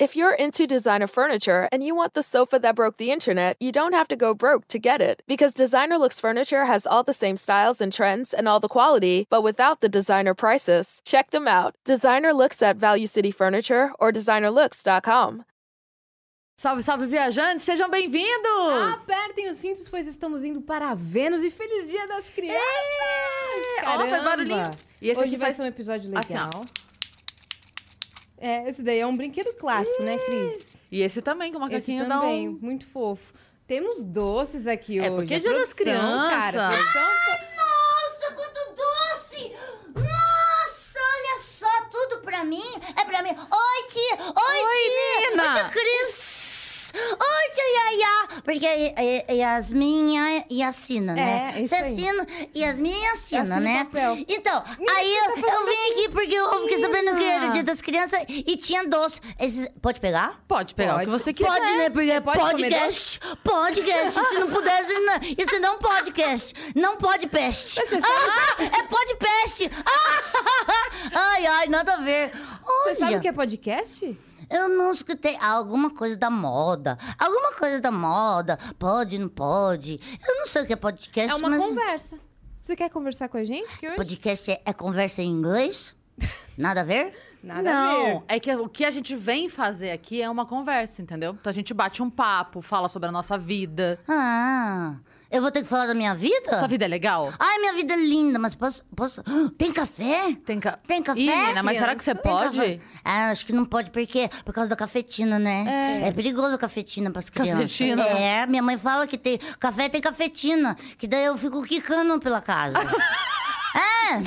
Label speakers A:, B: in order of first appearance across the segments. A: If you're into designer furniture and you want the sofa that broke the internet, you don't have to go broke to get it. Because Designer Looks Furniture has all the same styles and trends and all the quality, but without the designer prices. Check them out. Designer Looks at Value City Furniture or designerlooks.com.
B: Salve, salve, viajantes! Sejam bem-vindos!
C: Apertem os cintos, pois estamos indo para Vênus e feliz dia das crianças!
B: Ó, faz
C: Caramba!
B: barulhinho. E esse
C: Hoje
B: aqui
C: vai
B: faz...
C: ser um episódio
B: assim, ó.
C: legal. é, esse daí é um brinquedo clássico, né, Cris?
B: E esse também, que o
C: Esse
B: macaquinho dá
C: também,
B: um...
C: muito fofo. Temos doces aqui
B: É,
C: hoje.
B: porque
C: A
B: é dia das
C: produção, Cara, a
B: crianças.
C: produção- tá-
D: Nossa, quanto doce! Nossa, olha só, tudo pra mim é pra mim. Oi, tia! Oi, tia!
B: menina!
D: Oi, tia Cris! Oi, tia Yaya! Porque é, é, Yasmin e- e assina, né?
C: É, isso
D: Você
C: aí.
D: assina, Yasmin e assina,
C: Assina o
D: né?
C: papel. tá
D: Então, aí eu, eu vim aqui porque eu fiquei sabendo que era dia das crianças e tinha doce. Esses- pode pegar?
B: Pode pegar
C: Pode.
B: o que você quiser.
D: Pode, né? Porque é
C: pode comer
D: podcast. Podcast. Se não pudesse, não. Isso não é um podcast. Não pode peste.
C: Mas você sabe-
D: Ah, é podcast. Ah, ai, ai, nada a ver. Olha,
C: Você sabe o que é podcast?
D: eu não escutei alguma coisa da moda. Alguma coisa da moda. Pode, não pode. Eu não sei o que é podcast,
C: É uma
D: mas...
C: conversa. Você quer conversar com a gente? Que hoje?
D: Podcast é, é conversa em inglês? Nada a ver?
C: Nada a ver.
B: Não, é que o que a gente vem fazer aqui é uma conversa, entendeu? Então a gente bate um papo, fala sobre a nossa vida.
D: Ah, eu vou ter que falar da minha vida?
B: Sua vida é legal?
D: Ai, minha vida é linda, mas posso... posso... Tem café?
B: Tem, ca...
D: Tem café?
B: Ih, menina, mas será que você
C: criança?
D: Tem
B: pode?
D: café? Ah, acho que não pode, por quê? Por causa da cafetina, né? É, perigoso a cafetina pras crianças.
B: Cafetina.
D: É, minha mãe fala que tem café tem cafetina, que daí eu fico quicando pela casa. é,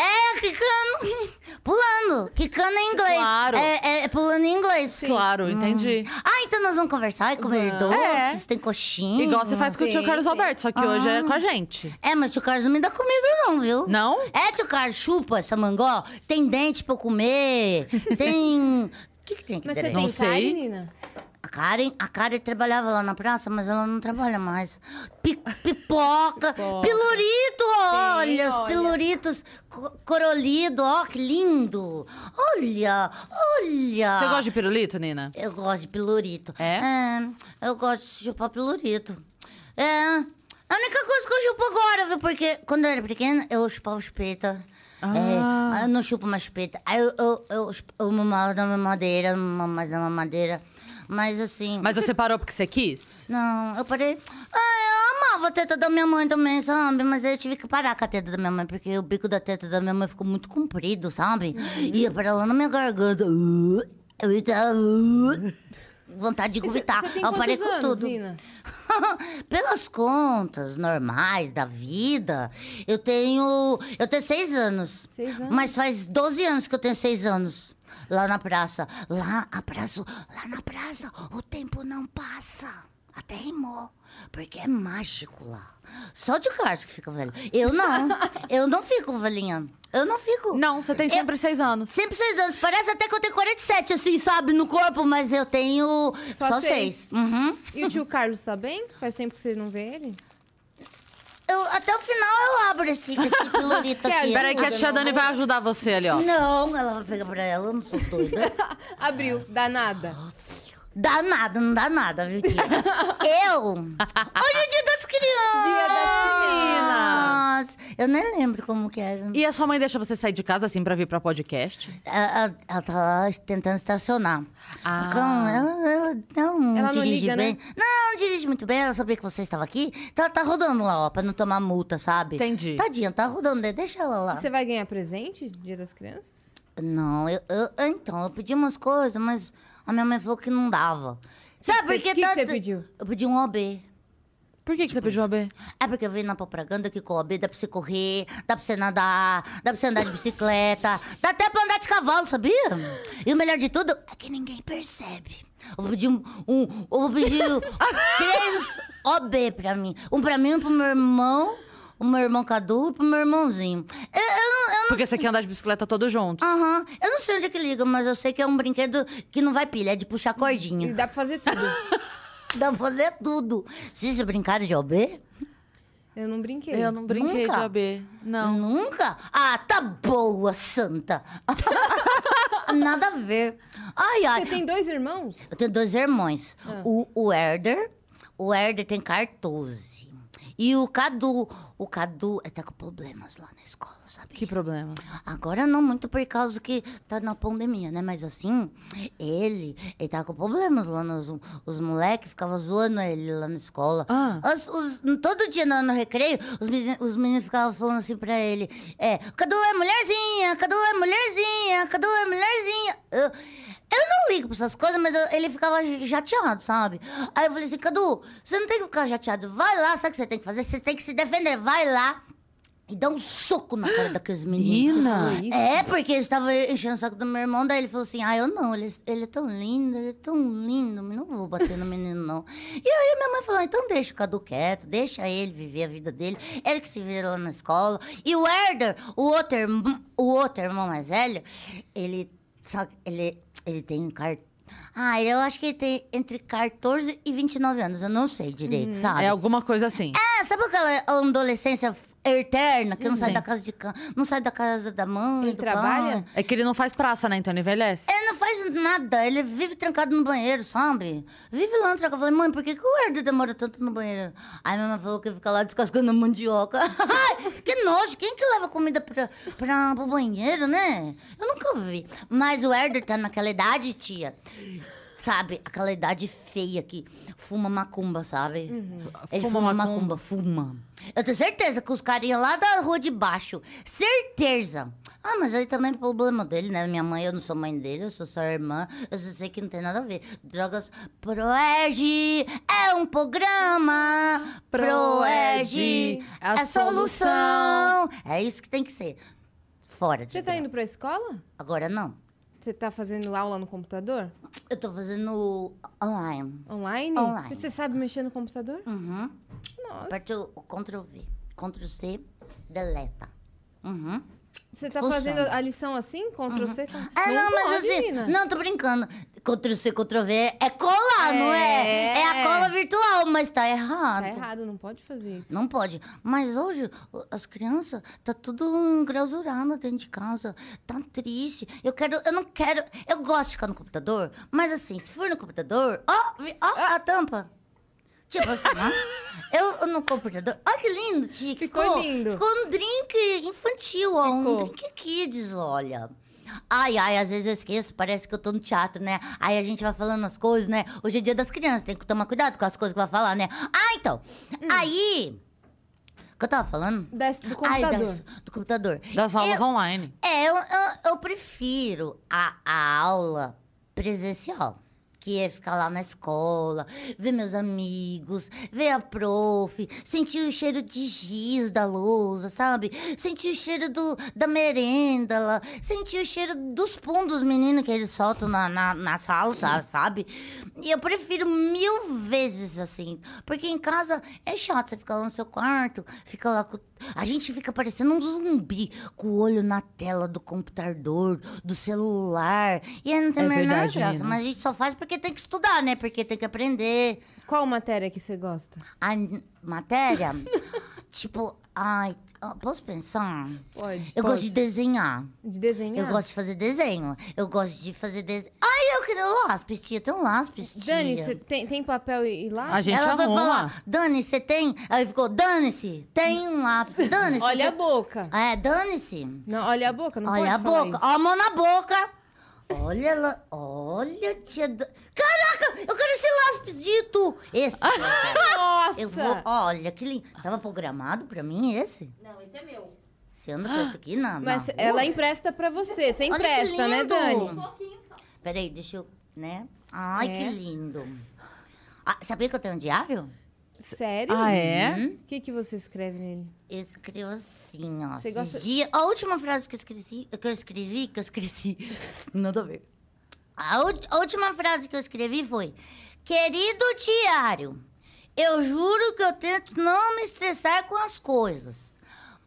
D: é, quicando, pulando, quicando em inglês.
B: Claro.
D: É, é, é pulando em inglês.
B: Claro, entendi. É.
D: Ah, então nós vamos conversar e comer doces, tem coxinha.
B: Igual você faz com o tio
C: Sim,
B: Carlos
C: sim.
B: Alberto, só que hoje é com a gente.
D: É, mas tio Carlos não me dá comida não, viu?
B: Não?
D: É, tio Carlos, chupa essa mangó. Tem dente pra eu comer. Tem... O que, que tem aqui
C: Mas você tem
D: direito?
B: Não
C: carne,
B: sei.
C: Nina?
D: A Karen, a Karen trabalhava lá na praça, mas ela não trabalha mais. Pi- pipoca, pilorito, olha, os
C: olha.
D: piloritos co- corolido, ó, que lindo. Olha, olha.
B: Você
D: Ah.
B: gosta de pirulito, Nina?
D: Eu gosto de pilorito. Ah,
B: É?
D: eu gosto de chupar pilorito. É. A única coisa que eu chupo agora, viu? Porque quando eu era pequena, eu chupava chupeta.
B: Ah.
D: É, aí eu não chupo mais chupeta. Aí eu, eu, eu, chup- eu mamava da é mamadeira, mamava é mais da mamadeira. Mas assim.
B: Mas você parou porque você quis?
D: Não, eu parei. Ah, eu amava a teta da minha mãe também, sabe? Mas eu tive que parar com a teta da minha mãe, porque o bico da teta da minha mãe ficou muito comprido, sabe?
C: Uhum.
D: Ia pra lá na minha garganta. Uh, eu tava, uh, vontade de vomitar.
C: Você tem
D: eu parei
C: quantos
D: com
C: anos,
D: tudo.
C: Nina?
D: Pelas contas normais da vida, eu tenho. Eu tenho seis anos.
C: Seis anos.
D: Mas faz 12 anos que eu tenho seis anos. Lá na praça. Lá, a praça. Lá na praça, o tempo não passa. Até rimou. Porque é mágico lá. Só de Carlos que fica velho. Eu não. eu não fico velhinha. Eu não fico.
B: Não, você tem
D: Eu-
B: sempre seis anos.
D: Sempre seis anos. Parece até que eu tenho 47, assim, sabe, no corpo, mas eu tenho
C: Só
D: só,
C: seis.
D: seis. Uhum.
C: E o tio Carlos tá bem? Faz tempo que você não vê ele?
D: Eu- até o final eu abro esse, esse pilorito
C: Quer
D: aqui.
C: ajuda?
B: Peraí que a tia Dani vai ajudar você ali, ó.
D: Não, ela vai pegar pra ela, eu não sou doida.
C: Abriu, danada.
D: dá nada, não dá nada, viu, tia? Eu? Hoje é o dia das
C: Dia
D: crianças!
B: Ah!
C: das
D: Eu nem lembro como que é. era.
B: E a sua mãe deixa você sair de casa assim pra vir pra podcast?
D: Ela, ela tá lá tentando estacionar.
B: Ah.
D: Então, ela, ela não
C: Ela não
D: dirige
C: liga, né?
D: bem. Não, não dirige muito bem. Ela sabia que você estava aqui. Então ela tá rodando lá, ó, pra não tomar multa, sabe?
B: Entendi.
D: Tadinha, tá rodando, né? deixa ela lá.
C: Você vai ganhar presente dia das crianças?
D: Não, eu, eu- Então, eu pedi umas coisas, mas a minha mãe falou que não dava. Sabe
C: que
D: por
C: você-
D: que
C: que que
D: tanto-
C: você pediu?
D: Eu pedi um OB.
B: Por que, que você pediu a B?
D: É porque eu vi na propaganda que com OB dá pra você correr, dá pra você nadar, dá pra você andar de bicicleta, dá até pra andar de cavalo, sabia? E o melhor de tudo é que ninguém percebe. Eu vou pedir um. um eu vou pedir três OB pra mim. Um pra mim, um pro meu irmão, o meu irmão Cadu e pro meu irmãozinho. Eu, eu, eu não
B: Porque você quer andar de bicicleta todos juntos.
D: Aham. Eu não sei onde é que liga, mas eu sei que é um brinquedo que não vai pilha, é de puxar
C: Hum, E
D: cordinha.
C: dá pra fazer tudo.
D: Dá pra fazer tudo. Vocês já brincaram de OB?
C: Eu não brinquei.
B: Eu não brinquei
D: Nunca?
B: de AB. Não.
D: Nunca? Ah, tá boa, santa. Nada a ver. Ai, ai.
C: Você tem Ah. dois irmãos?
D: Eu tenho dois irmãos. O, o Herder. O Herder tem 14. E o Cadu. O Cadu é, tá com problemas lá na escola, sabe?
B: Que problema.
D: Agora não muito por causa que tá na pandemia, né? Mas assim, ele, ele tá com problemas lá nos os moleques ficavam zoando ele lá na escola.
B: Ah.
D: As- os- todo dia no, no recreio, os, meni- os meninos ficavam falando assim pra ele: é, Cadu é mulherzinha, Cadu é mulherzinha, Cadu é mulherzinha. Eu, eu não ligo pra essas coisas, mas eu- ele ficava chateado, sabe? Aí eu falei assim: Cadu, você não tem que ficar chateado, vai lá, sabe o que você tem que fazer? Você tem que se defender, vai lá. E dá um soco na cara daqueles meninos.
B: Menina!
C: Isso.
D: É, porque eles estavam enchendo o saco do meu irmão, daí ele falou assim: ah, eu não, ele, ele é tão lindo, ele é tão lindo, não vou bater no menino, não. E aí minha mãe falou: então deixa o Cadu quieto, deixa ele viver a vida dele, ele que se vira lá na escola. E o Herder, o outro, irm- o outro irmão mais velho, ele, só, ele, ele tem um car... Ah, eu acho que ele tem entre 14 e 29 anos, eu não sei direito, sabe?
B: É alguma coisa assim.
D: É, sabe aquela adolescência eterna que não sai
B: Sim.
D: da casa de ca- não sai da casa da mãe,
C: Ele
D: do pai?
C: trabalha?
B: É que ele não faz praça, né? Então ele envelhece.
D: Ele não faz nada, ele vive trancado no banheiro, sabe? Vive lá no trancado. Eu falei, mãe, por que, que o Herder demora tanto no banheiro? Aí minha mãe falou que fica lá descascando a mandioca. Ai, que nojo, quem que leva comida pra, pra, pro banheiro, né? Eu nunca vi. Mas o Herder tá naquela idade, tia. Sabe, aquela idade feia que fuma macumba, sabe? Ele
B: Fuma
D: fuma,
B: macumba.
D: macumba. Fuma, fuma. Eu tenho certeza que os carinha lá da rua de baixo. Certeza. Ah, mas aí também é problema dele, né? Minha mãe, eu não sou mãe dele, eu sou só irmã. Eu só sei que não tem nada a ver. Drogas Proerge é um programa. Proerge é a solução. É isso que tem que ser. Fora de
C: Você tá
D: droga.
C: indo pra escola?
D: Agora não.
C: Você tá fazendo aula no computador?
D: Eu tô fazendo online.
C: Online?
D: Online.
C: Você sabe mexer no computador?
D: Uhum.
C: Nossa.
D: Aperta o Ctrl V. Ctrl C, deleta. Uhum.
C: Você tá
D: Funciona.
C: fazendo a lição assim? Ctrl C? Ctrl-
D: Ah, não, mas
C: pode,
D: assim.
C: mina.
D: Não, tô brincando. Ctrl C, Ctrl V é colar, não é?
C: É.
D: É a cola virtual, mas tá errado.
C: Tá errado, não pode fazer isso.
D: Não pode. Mas hoje, o- as crianças, tá tudo enclausurado dentro de casa. Tá triste. Eu quero, eu não quero. Eu gosto de ficar no computador, mas assim, se for no computador, ó, vi- ó
C: Ah.
D: a tampa. Tia, posso tomar? Eu no computador. Olha que lindo, tia. que
C: Ficou lindo.
D: Ficou um drink infantil, ó. Um
C: Ficou.
D: drink kids, olha. Ai, ai, às vezes eu esqueço, parece que eu tô no teatro, né? Aí a gente vai falando as coisas, né? Hoje é dia das crianças, tem que tomar cuidado com as coisas que vai falar, né? Ah, então.
C: Hum.
D: Aí. O que eu tava falando?
C: Das- do
D: Ai, das-
C: computador.
D: do computador.
B: Das aulas
D: eu,
B: online.
D: É, eu, eu, eu prefiro a, a aula presencial. Que é ficar lá na escola, ver meus amigos, ver a prof, sentir o cheiro de giz da lousa, sabe? Sentir o cheiro do, da merenda lá, sentir o cheiro dos pum Tipo, um dos meninos que eles soltam na, na, na sala, tá, sabe? E eu prefiro mil vezes assim. Porque em casa é chato, você fica lá no seu quarto, fica lá com. A gente fica parecendo um zumbi, com o olho na tela do computador, do celular. E aí não tem
B: É
D: a menor
B: verdade,
D: graça.
B: Nina.
D: Mas a gente só faz porque tem que estudar, né? Porque tem que aprender
C: Qual matéria que você gosta?
D: a n- matéria. tipo, ai, ah, posso pensar?
C: Pode.
D: Eu gosto de desenhar.
C: De desenhar?
D: Eu gosto de fazer desenho. Eu gosto de fazer desenho. Ai, eu queria lápis, tia. Tem um lápis, tia.
C: Dani, você tem, tem papel e, e lá?
B: A gente
D: Ela vai
B: arruma.
D: falar, Dani, você tem? Aí ficou, Dani-se, tem um lápis. Dani-se.
C: Olha a
D: você-
C: boca.
D: É, Dani-se.
C: Não, olha a boca, não
D: Olha a
C: pode falar
D: boca,
C: isso.
D: ó a mão na boca. Olha lá, olha, tia. Dan- Caraca, eu quero esse lápis dito. Esse.
C: Nossa!
D: Eu vou, olha, que lindo. Tava programado pra mim esse?
E: Não, esse é meu.
D: Você anda com esse aqui na, na
C: Mas
D: rua?
C: ela empresta pra você. Você
D: Olha que
C: empresta, né,
D: lindo.
E: Um
C: Dani?
E: pouquinho só.
D: Peraí, deixa eu, né? Ai,
C: É.
D: que lindo. Ah, sabia que eu tenho um diário?
C: Sério?
B: Ah, é?
D: Uhum.
C: O que, que você escreve nele?
D: Eu escrevo assim, ó.
C: Você
D: Esses
C: gosta-
D: dias- A última frase que eu escrevi, que eu escrevi, que eu escrevi, nada a ver. A, ult- a última frase que eu escrevi foi: Querido diário, eu juro que eu tento não me estressar com as coisas.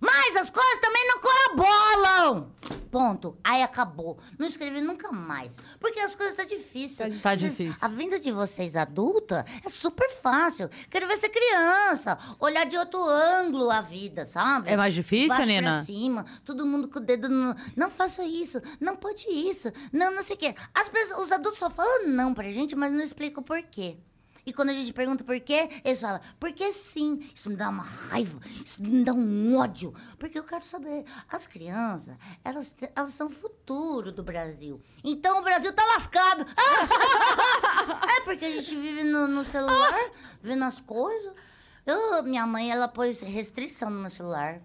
D: Mas as coisas também não colaboram! ponto, aí acabou. Não escrevi nunca mais. Porque as coisas tá difícil.
B: Tá
D: Vocês-
B: difícil.
D: A vinda de vocês adulta é super fácil. Quero ver ser criança, olhar de outro ângulo a vida, sabe?
B: É mais difícil,
D: Baixo pra
B: Nina?
D: cima, todo mundo com o dedo no... Não faça isso, não pode isso, não, não sei o quê. As pessoas, os adultos só falam não pra gente, mas não explicam por quê. E quando a gente pergunta por quê, eles falam, porque sim. Isso me dá uma raiva, isso me dá um ódio. Porque eu quero saber, as crianças, elas, te- elas são o futuro do Brasil. Então o Brasil tá lascado. É porque a gente vive no, no celular, vendo as coisas. Eu, minha mãe, ela pôs restrição no meu celular.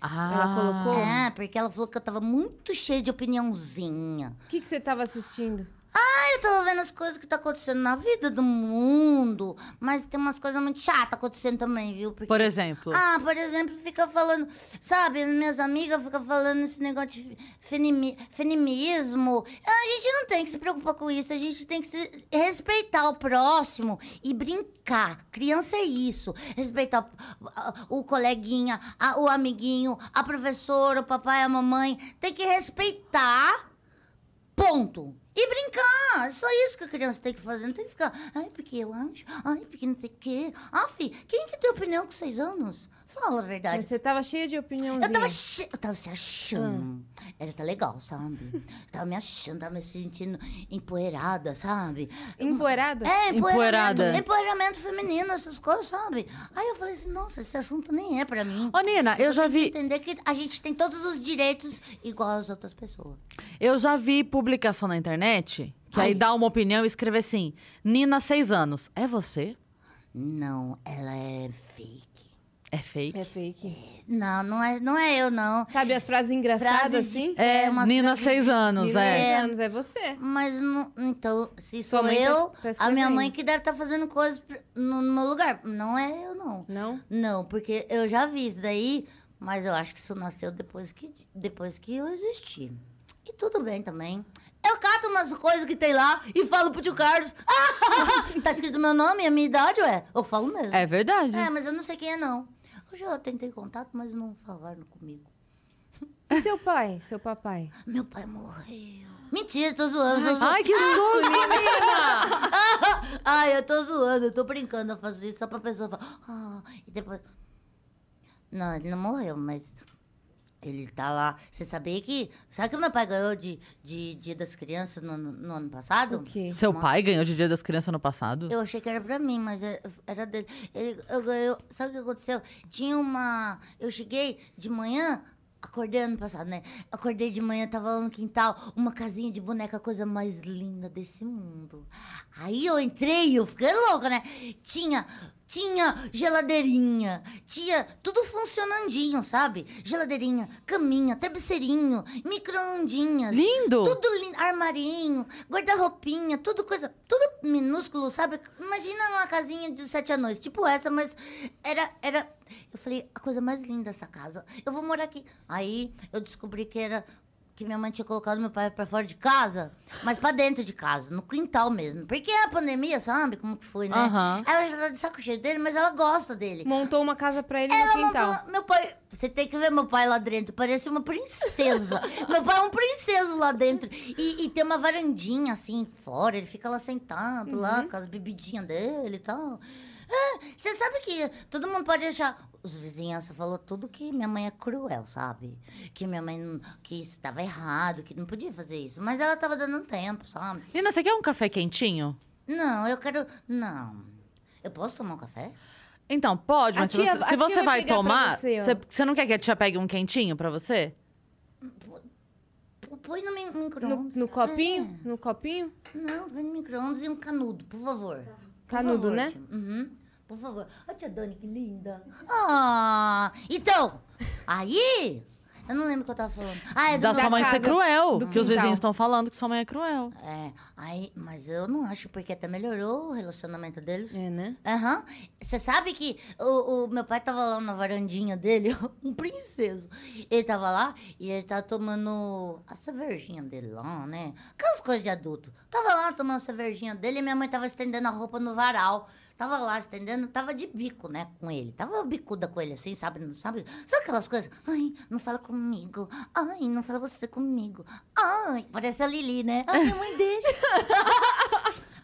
B: Ah,
C: Ela colocou?
D: É, porque ela falou que eu tava muito cheia de opiniãozinha.
C: O que, que você tava assistindo?
D: Ah, eu tava vendo as coisas que tá acontecendo na vida do mundo, mas tem umas coisas muito chatas acontecendo também, viu? Porque...
B: Por exemplo.
D: Ah, por exemplo, fica falando, sabe, minhas amigas ficam falando esse negócio de fe- fenimi- feminismo. A gente não tem que se preocupar com isso, a gente tem que se respeitar o próximo e brincar. Criança é isso. Respeitar ah, o coleguinha, a- o amiguinho, a professora, o papai, a mamãe. Tem que respeitar Ponto. E brincar. É só isso que a criança tem que fazer. Não tem que ficar, ai, porque eu acho, ai, porque não sei o quê. Ah, fi, quem que tem opinião com seis anos? Fala a
C: Mas
D: verdade.
C: Você tava cheia de opiniãozinha.
D: Eu tava, che... eu tava se achando.
B: Ah.
D: Era tá legal, sabe? Eu tava me achando, tava me sentindo empoeirada, sabe?
C: Empoeirada?
D: É, empoeiramento.
B: Empoeirada.
D: Empoeiramento feminino, essas coisas, sabe? Aí eu falei assim, nossa, esse assunto nem é pra mim.
B: Ô, Nina, eu já vi.
D: Entender que a gente tem todos os direitos igual às outras pessoas.
B: Eu já vi publicação na internet que aí
D: Ai.
B: dá uma opinião e escreve assim: Nina, seis anos, é você?
D: Não, ela é fake.
B: É fake?
C: É fake.
D: Não, não é, não é eu, não.
C: Sabe a frase engraçada
D: Frases de-
C: assim?
B: É,
D: É, uma
B: Nina, seis anos,
C: Menina
B: é.
C: de
D: É.
C: anos, é você.
D: Mas não. Então, se
C: Sua
D: sou
C: mãe tá-
D: eu,
C: tá
D: a minha mãe
C: escrevendo.
D: que deve estar fazendo coisas pr- no, no meu lugar. Não é eu, não.
C: Não?
D: Não, porque eu já vi isso daí, mas eu acho que isso nasceu depois que, depois que eu existi. E tudo bem também. Eu cato umas coisas que tem lá e falo pro tio Carlos. tá escrito meu nome e a minha idade, ué. Eu falo mesmo.
B: É verdade.
D: É, mas eu não sei quem é, não. Eu já tentei contato, mas não falaram comigo.
C: E seu pai? Seu papai?
D: Meu pai morreu. Mentira, tô zoando. tô zoando.
B: Ai, que susto, menina!
D: Ah, Ai, eu tô zoando, eu tô brincando, eu faço isso só pra pessoa falar. "Ah", e depois. Não, ele não morreu, mas. Ele tá lá. Você sabia que. Sabe que meu pai ganhou de, de Dia das Crianças no, no- no ano passado?
C: O quê?
B: Seu pai ganhou de Dia das Crianças no passado?
D: Eu achei que era pra mim, mas era, era dele. Ele, eu ganhei. Sabe o que aconteceu? Tinha uma. Eu cheguei de manhã. Acordei ano passado, né? Acordei de manhã, tava lá no quintal, uma casinha de boneca, a coisa mais linda desse mundo. Aí eu entrei, eu fiquei louca, né? Tinha, tinha geladeirinha, tinha tudo funcionandinho, sabe? Geladeirinha, caminha, travesseirinho, micro-ondinhas.
B: Lindo!
D: Tudo lindo, armarinho, guarda-roupinha, tudo coisa, tudo minúsculo, sabe? Imagina uma casinha de sete anões, tipo essa, mas era, era... Eu falei, a coisa mais linda essa casa, eu vou morar aqui. Aí eu descobri que era... Que minha mãe tinha colocado meu pai pra fora de casa, mas pra dentro de casa, no quintal mesmo. Porque a pandemia, sabe como que foi, né?
B: Aham.
D: Ela já tá de saco cheio dele, mas ela gosta dele.
C: Montou uma casa pra ele
D: Ela
C: no quintal.
D: montou. Meu pai. Você tem que ver meu pai lá dentro. Parece uma princesa. meu pai é um princeso lá dentro. E, e tem uma varandinha assim fora. Ele fica lá sentado, lá
C: Uhum.
D: com as bebidinhas dele e tal. É, Você sabe que todo mundo pode achar. Os vizinhança falou tudo que minha mãe é cruel, sabe? Que minha mãe não- que estava errado, que não podia fazer isso. Mas ela estava dando um tempo, sabe?
B: Nina, você quer um café quentinho?
D: Não, eu quero. Não. Eu posso tomar um café?
B: Então, pode,
C: A
B: mas se
C: tia-
B: você-
C: a
B: se
C: tia
B: você
C: vai
B: vai
C: pegar pra
B: tomar,
C: você, ó.
B: você você não quer que a tia pegue um quentinho pra você?
D: Pô, Põe no mi-
C: No,
D: micro-ondas.
C: no copinho?
D: Ah.
C: No copinho?
D: Não, põe no micro-ondas e um canudo, por favor. Por
C: Canudo,
D: favor,
C: né?
D: tia. Uhum. Por favor. Olha tia Dani, que linda. Ah, então, aí... Eu não lembro o que eu tava falando. Ah, é do
B: Da
D: meu-
B: sua mãe ser
C: casa,
B: cruel.
C: do
B: Que os
C: quintal.
B: vizinhos estão falando que sua mãe é cruel.
D: É, aí, mas eu não acho, porque até melhorou o relacionamento deles.
C: É, né?
D: Aham. Você sabe que o, o meu pai tava lá na varandinha dele, um princeso. Ele tava lá e ele tava tomando a cervejinha dele lá, né? Aquelas coisas de adulto. Tava lá tomando a cervejinha dele e minha mãe tava estendendo a roupa no varal. Tava lá estendendo, tava de bico, né, com ele. Tava bicuda com ele, assim, sabe? Não sabe? Sabe aquelas coisas? Ai, não fala comigo. Ai, não fala você comigo. Ai, parece a Lili, né? Ai, minha mãe deixa.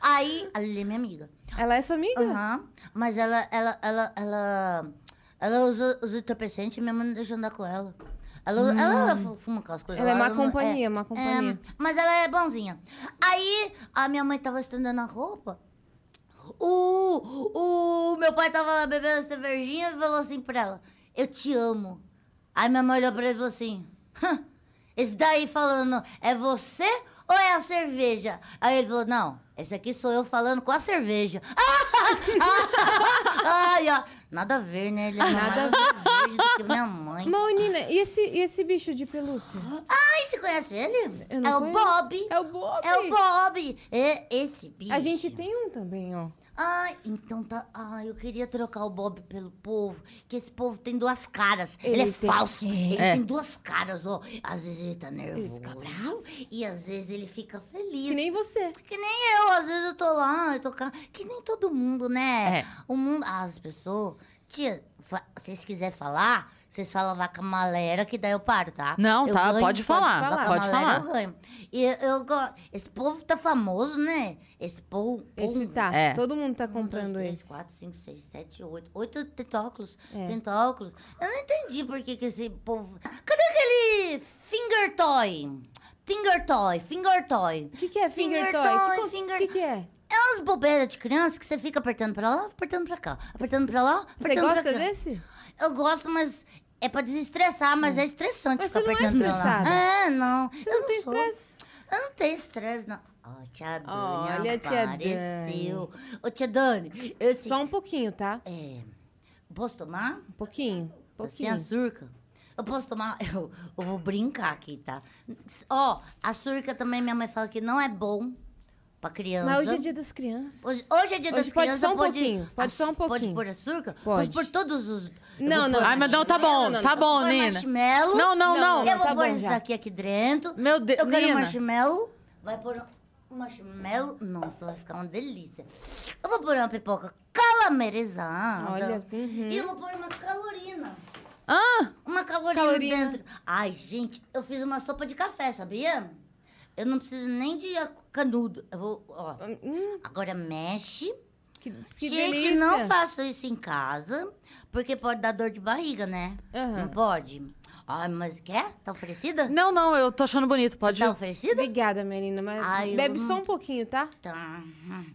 D: Aí, a Lili é minha amiga.
C: Ela é sua amiga?
D: Aham. Mas ela, ela, ela, ela, ela usa os entorpecentes e minha mãe não deixa andar com ela. Ela, ela fu- fuma aquelas coisas.
C: Hum. Ela é má
D: não-
C: companhia, má companhia.
D: mas ela é bonzinha. Aí, a minha mãe tava estendendo a roupa. O, o meu pai tava lá bebendo cervejinha e falou assim pra ela: Eu te amo. Aí minha mãe olhou pra ele e falou assim: "Hã, Esse daí falando, é você ou é a cerveja? Aí ele falou: Não, esse aqui sou eu falando com a cerveja. Ai, ó. Nada a ver, né? Ele é nada a ver do que minha mãe.
C: Maunina, e esse, e esse bicho de pelúcia?
D: Ai, você conhece ele?
C: Eu não
D: é
C: conheço.
D: o Bob.
C: É o Bob.
D: É o Bob. É esse bicho.
C: A gente tem um também, ó.
D: Ai, então tá. Ai, eu queria trocar o Bob pelo povo, que esse povo tem duas caras. Ele, é
C: Ele tem-
D: falso. Ele
B: É.
D: tem duas caras, ó. Às vezes ele tá nervoso. e às vezes ele fica feliz.
C: Que nem você.
D: Que nem eu, às vezes eu tô lá, eu tô cá. Que nem todo mundo, né?
B: É.
D: O mundo. Ah, as pessoas. Tia, fa- vocês quiserem falar, vocês falam vaca malera, que daí eu paro, tá?
B: Não,
D: Eu
B: tá, pode falar,
D: Vaca
B: pode
D: malera
B: falar.
D: Eu ganho. E eu, eu go- Esse povo tá famoso, né? Esse povo.
C: Esse
D: povo-
C: tá.
B: É.
C: Todo mundo tá
D: um, dois,
C: comprando
D: três,
C: esse.
D: quatro, cinco, seis, sete, oito. Oito tentáculos.
C: É.
D: Tentáculos. Eu não entendi por que, que esse povo. Cadê aquele finger toy? Finger toy, finger toy.
C: O que, que é finger,
D: Finger
C: toy?
D: toy,
C: Que co-
D: finger-
C: que, que é?
D: É umas bobeiras de criança que você fica apertando pra lá, apertando pra cá, apertando pra lá, apertando
C: Você
D: pra
C: gosta
D: cá.
C: desse?
D: Eu gosto, mas é pra desestressar, mas é estressante
C: Mas
D: ficar
C: você não é
D: apertando pra
C: estressada.
D: lá. É, não.
C: Você
D: eu
C: não tem
D: sou.
C: estresse?
D: Eu não tenho estresse, não. Ó, tia Dani,
C: Olha, tia
D: apareceu. Ô, tia Dani, esse...
C: Só um pouquinho, tá?
D: É, posso tomar?
C: Um pouquinho. Um
D: Sem
C: pouquinho.
D: açúcar? Eu posso tomar? Eu, eu vou brincar aqui, tá? Ó, açúcar também minha mãe fala que não é bom pra criança.
C: Mas hoje é dia das crianças.
D: Hoje, hoje é dia
C: Hoje
D: das
C: pode
D: crianças.
C: só um pouquinho, pode só um
D: Pode
C: pouquinho.
D: pôr açúcar?
C: Pode.
D: Pode pôr todos os. eu
C: Não,
D: vou
C: não,
D: pôr
B: Ai, mas não, tá
C: Não,
B: bom,
C: não, não, não.
B: tá bom,
D: Pôr
B: Nina.
D: marshmallow.
B: Não, não,
C: Não,
B: não.
D: Eu vou
C: tá bom
D: pôr isso
C: já.
D: daqui aqui dentro.
B: Meu Deus,
D: Eu quero um
B: Nina.
D: marshmallow. Vai pôr um marshmallow. Nossa, vai ficar uma delícia. Eu vou pôr uma pipoca calamerizada.
C: Olha, uhum.
D: E eu vou pôr uma calorina.
B: Ah,
D: Uma calorina,
C: Calorina.
D: dentro. Ai, gente, eu fiz uma sopa de café, sabia? Eu não preciso nem de canudo. Eu vou, ó.
C: Hum,
D: Agora mexe.
C: que, que
D: gente,
C: delícia.
D: não faço isso em casa, porque pode dar dor de barriga, né?
C: Aham.
D: Não pode. Ai, mas quer? Tá oferecida?
B: não, não, eu tô achando bonito, pode.
D: Tá oferecida?
C: Obrigada, Marina, mas
D: Ai, eu
C: bebe
D: não-
C: só um pouquinho, tá?
D: Tá.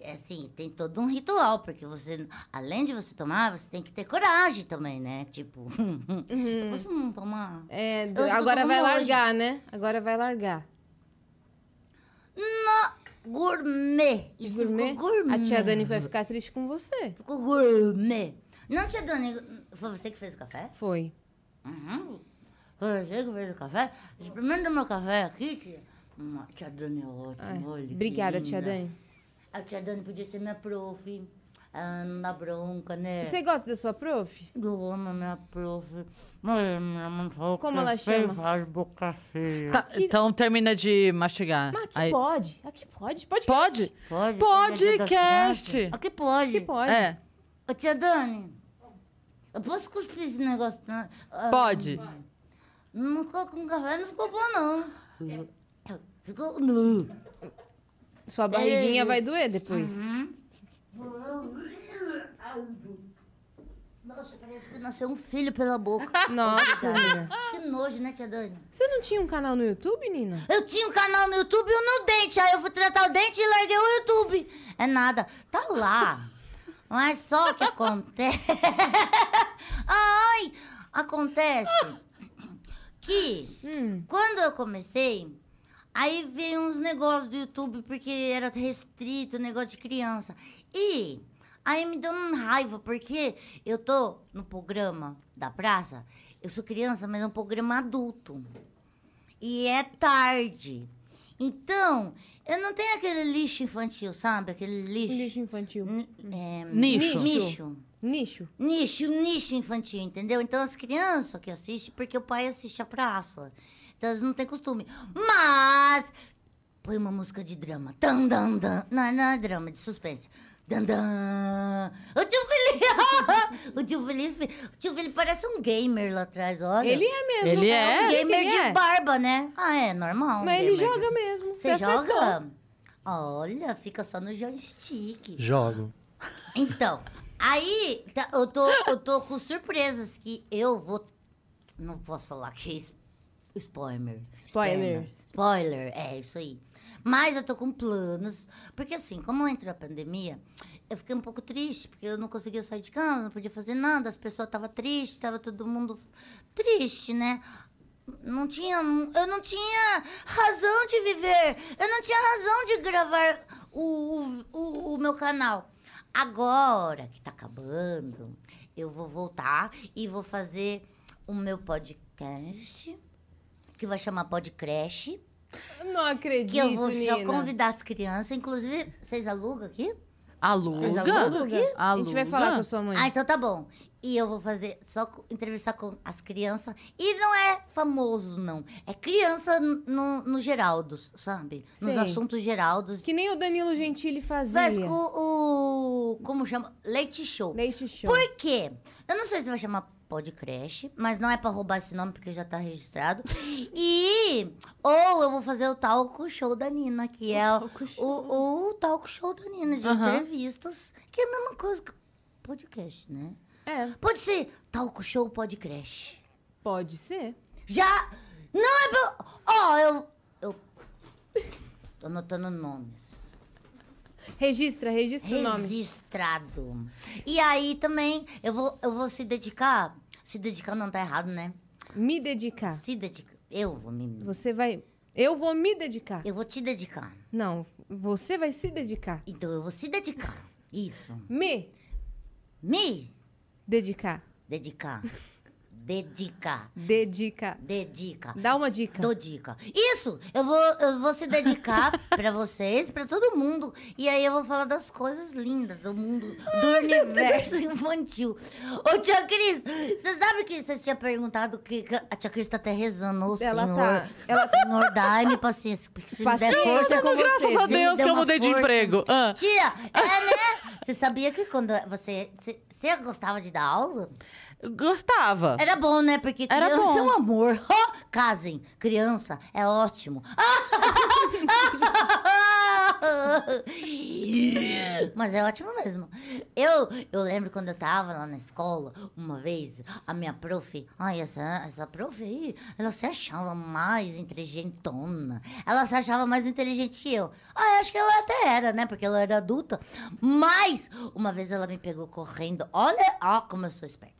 D: É assim, tem todo um ritual, porque você, além de você tomar, você tem que ter coragem também, né? Tipo,
C: Uhum.
D: eu posso não tomar?
C: É,
D: Eu acho que eu
C: agora
D: tô
C: vai
D: como hoje.
C: largar, né? Agora vai largar.
D: Gourmet. Isso
C: Gourmet?
D: ficou gourmet.
C: A tia Dani vai ficar triste com você.
D: Ficou gourmet. Não, tia Dani, foi você que fez o café?
C: Foi.
D: Uhum. Foi você que fez o café? Experimenta meu café aqui, tia. Hum, a tia Dani é
C: Ai,
D: ótima. olha que
C: obrigada, tia
D: linda.
C: Dani.
D: A tia Dani podia ser minha prof. Ela não dá bronca, né?
C: Você gosta da sua prof?
D: Eu amo a minha prof. Mas minha mãe falou
C: Como ela
D: que fez
C: chama?
D: Faz boca feia.
B: Tá, Então termina de mastigar.
C: Mas aqui
B: Aí-
C: pode. Aqui pode. Pode.
B: Pode?
D: Pode?
B: Podcast.
D: Aqui pode.
C: Aqui pode.
B: É.
D: Ô, tia Dani, eu posso cuspir esse negócio? na- ah,
B: Pode.
D: Não ficou com café, não ficou bom, não.
C: É.
D: Ficou... nu.
C: Sua barriguinha vai doer depois.
D: Nossa, parece que nasceu um filho pela boca.
C: Nossa, Nina.
D: que nojo, né, tia Dani?
C: Ah. Você não tinha um canal no YouTube, Nina?
D: Eu tinha um canal no YouTube e um no dente. Aí eu fui tratar o dente e larguei o YouTube. É nada. Tá lá. Mas é só o que acontece. Ai! Acontece que quando eu comecei, aí veio uns negócios do YouTube, porque era restrito, negócio de criança. E aí me deu uma raiva, porque eu tô no programa da praça. Eu sou criança, mas é um programa adulto e é tarde. Então, eu não tenho aquele lixo infantil, sabe? Aquele lixo.
C: Um Lixo infantil.
D: N- é,
B: Nicho.
D: Nicho.
C: Nicho.
D: Nicho, um nicho infantil, entendeu? Então as crianças que assistem, porque o pai assiste a praça. Então elas não têm costume. Mas. Põe uma música de drama. Tam, tam, tam. Não, não é drama, é de suspense. Dandam. O tio Felipe! o tio Felipe. O tio Felipe parece um gamer lá atrás, olha.
C: Ele é mesmo. né?
B: Ele
C: O
B: é?
D: um
C: Felipe,
D: gamer
C: ele
D: de
C: é.
D: barba, né? Ah, é normal. um
C: Mas ele
D: gamer de-
C: joga mesmo. é
D: Você
C: acertou.
D: joga? Olha, fica só no joystick.
E: Jogo.
D: Então, aí tá, eu, tô, eu tô com surpresas que eu vou. Não posso falar que é es- spoiler.
C: Spoiler.
D: Spoiler, é isso aí. Mas eu tô com planos. Porque assim, como entrou a pandemia, eu fiquei um pouco triste, porque eu não conseguia sair de casa, não podia fazer nada, as pessoas estavam tristes, tava todo mundo triste, né? Não tinha. Eu não tinha razão de viver. Eu não tinha razão de gravar o, o, o- o meu canal. Agora que tá acabando, eu vou voltar e vou fazer o meu podcast, que vai chamar Podcrash.
C: Não acredito,
D: Que eu vou só
C: Nina.
D: convidar as crianças. Inclusive, vocês alugam aqui? Vocês
B: Aluga?
D: alugam aqui?
C: A gente vai falar com a sua mãe.
D: Ah, então tá bom. E eu vou fazer só co- entrevistar com as crianças. E não é famoso, não. É criança n- no, no Geraldos, sabe? Nos
C: Sei.
D: assuntos Geraldos.
C: Que nem o Danilo Gentili fazia.
D: Mas com o. Como chama? Leite Show.
C: Leite show.
D: Por quê? Eu não sei se vai chamar podcast, mas não é pra roubar esse nome porque já tá registrado. E ou eu vou fazer o talco show da Nina, que é o, o, o talco show da Nina de
B: Aham.
D: entrevistas, que é a mesma coisa que podcast, né?
C: É,
D: Pode ser talco show podcast.
C: pode ser.
D: Já não é pelo Ó, eu eu tô anotando nomes.
C: Registra, registra o nome.
D: Registrado. E aí também eu vou, eu vou se dedicar. Se dedicar não tá errado, né?
C: Me dedicar.
D: Se dedicar. Eu vou me.
C: Você vai. Eu vou me dedicar.
D: Eu vou te dedicar.
C: Não, você vai se dedicar.
D: Então eu vou se dedicar. Isso.
C: Me
D: Me
C: dedicar.
D: dedicar. Dedicar.
C: Dedica.
D: Dedica.
C: Dá uma dica.
D: Dou dica. Isso! Eu vou, eu vou se dedicar pra vocês, pra todo mundo. E aí eu vou falar das coisas lindas do mundo, do universo infantil. Ô, tia Cris, você sabe que você tinha perguntado que que a tia Cris tá até rezando. Ô,
C: Ela
D: senhor,
C: tá- ela-
D: senhor, dá-me paciência. Porque se me der
C: Paciência
D: força,
C: com
D: você
C: graças
D: me
C: a
D: deu
B: Deus que eu
D: é uma
B: mudei de
D: força.
B: emprego. Ah.
D: Tia, é, né? Você sabia que quando você... Você você gostava de dar aula?
B: Gostava.
D: Era bom, né? Porque
B: Era
D: criança
B: bom.
D: é um amor. Casem. Criança é ótimo. Mas é ótimo mesmo. Eu, eu lembro quando eu tava lá na escola, uma vez, a minha prof. Ai, essa, essa prof aí, ela se achava mais inteligentona. Ela se achava mais inteligente que eu. Ah, eu acho que ela até era, né? Porque ela era adulta. Mas, uma vez ela me pegou correndo. Olha, ó, como eu sou esperta.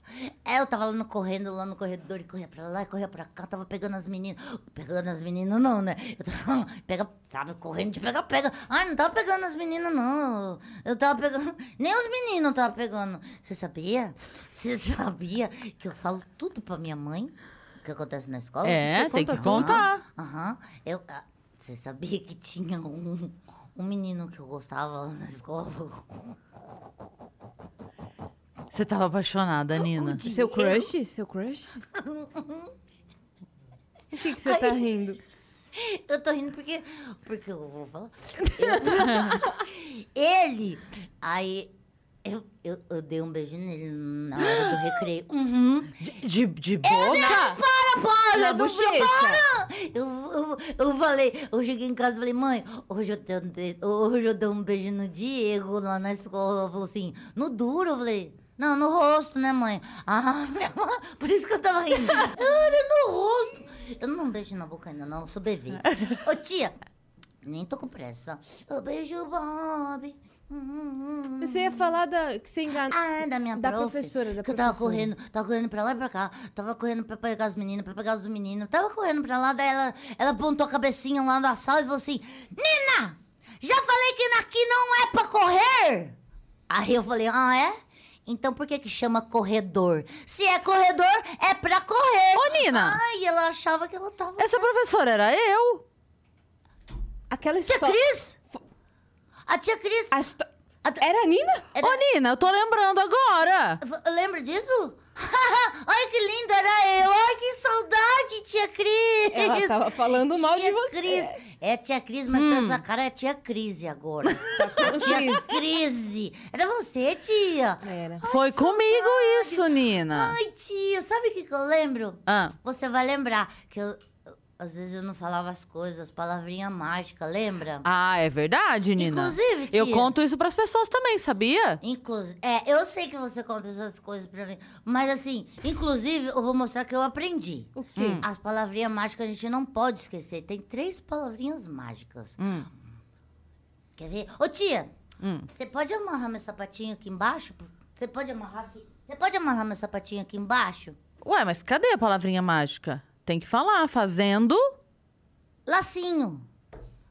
D: É, Eu tava lá no correndo, lá no corredor, e corria pra lá, e corria pra cá, tava pegando as meninas. Pegando as meninas, não, né? Eu tava, pega, tava correndo de pega, pega. Ai, não tava pegando as meninas, não. Eu tava pegando. Nem os meninos eu tava pegando. Você sabia? Você sabia que eu falo tudo pra minha mãe? O que acontece na escola?
B: É,
D: Você
B: tem que
D: conta tudo?
B: contar.
D: Aham. Eu, ah, você sabia que tinha um, um menino que eu gostava lá na escola?
B: Você tava apaixonada, Nina.
C: Seu crush? Seu crush? O que, que você tá rindo?
D: Eu tô rindo porque. Porque eu vou falar. Eu- ele. Aí. Eu, eu, eu dei um beijo nele na hora do recreio. Uhum.
B: De, de, de boca?
D: Para, para!
C: Na
D: não-
C: bochecha.
D: Para! Eu, eu, eu falei, eu cheguei em casa e falei, mãe, hoje eu, dei um de- hoje eu dei um beijo no Diego lá na escola. Ela falou assim, no duro, eu falei. Não, no rosto, né, mãe? Ah, minha mãe, por isso que eu tava rindo. Olha, no rosto. Eu não beijo na boca ainda, não, eu sou bebê. Ô, tia, nem tô com pressa. Eu beijo o Bob. Hum,
C: Você ia falar da, que você enganou.
D: ah, da minha
C: Da
D: prof,
C: professora, da
D: que eu tava
C: professora.
D: correndo, tava correndo pra lá e pra cá. Tava correndo pra pegar os meninos, pra pegar os meninos. Tava correndo pra lá, daí ela, ela apontou a cabecinha lá na sala e falou assim: Nina, já falei que aqui não é pra correr! Aí eu falei: Ah, é? Então por que que chama corredor? Se é corredor, é pra correr!
B: Ô, Nina.
D: Ai, ela achava que ela tava.
B: Essa professora era eu?
C: Aquela
D: Tia
C: história.
D: Cris! A tia Cris!
C: A histó- Era a Nina?
D: Era-
B: Ô, Nina, eu tô lembrando agora.
D: V- Lembra disso? Ai, que lindo era eu. Ai, que saudade, tia Cris.
C: Ela tava falando mal de
D: Tia
C: você.
D: Cris. É tia Cris, mas com essa cara é tia Crise agora.
C: Falando Tá Cris. É.
D: Crise. Era você, tia.
C: Era.
B: Foi comigo isso, Nina.
D: Ai, tia, sabe o que, que eu lembro?
B: Ah,
D: Você vai lembrar que eu, eu- às vezes eu não falava as coisas, palavrinha mágica, lembra?
B: Ah, é verdade, Nina.
D: Inclusive, tia.
B: Eu conto isso pras pessoas também, sabia?
D: Inclusive, é, eu sei que você conta essas coisas pra mim, mas assim, inclusive, eu vou mostrar que eu aprendi. Hum.
C: O quê?
D: As palavrinhas mágicas a gente não pode esquecer. Tem três palavrinhas mágicas.
B: Hum.
D: Quer ver? Ô tia,
B: Hum.
D: você pode amarrar meu sapatinho aqui embaixo? Você pode amarrar aqui? Você pode amarrar meu sapatinho aqui embaixo?
B: Ué, mas cadê a palavrinha mágica? Tem que falar, fazendo.
D: Lacinho.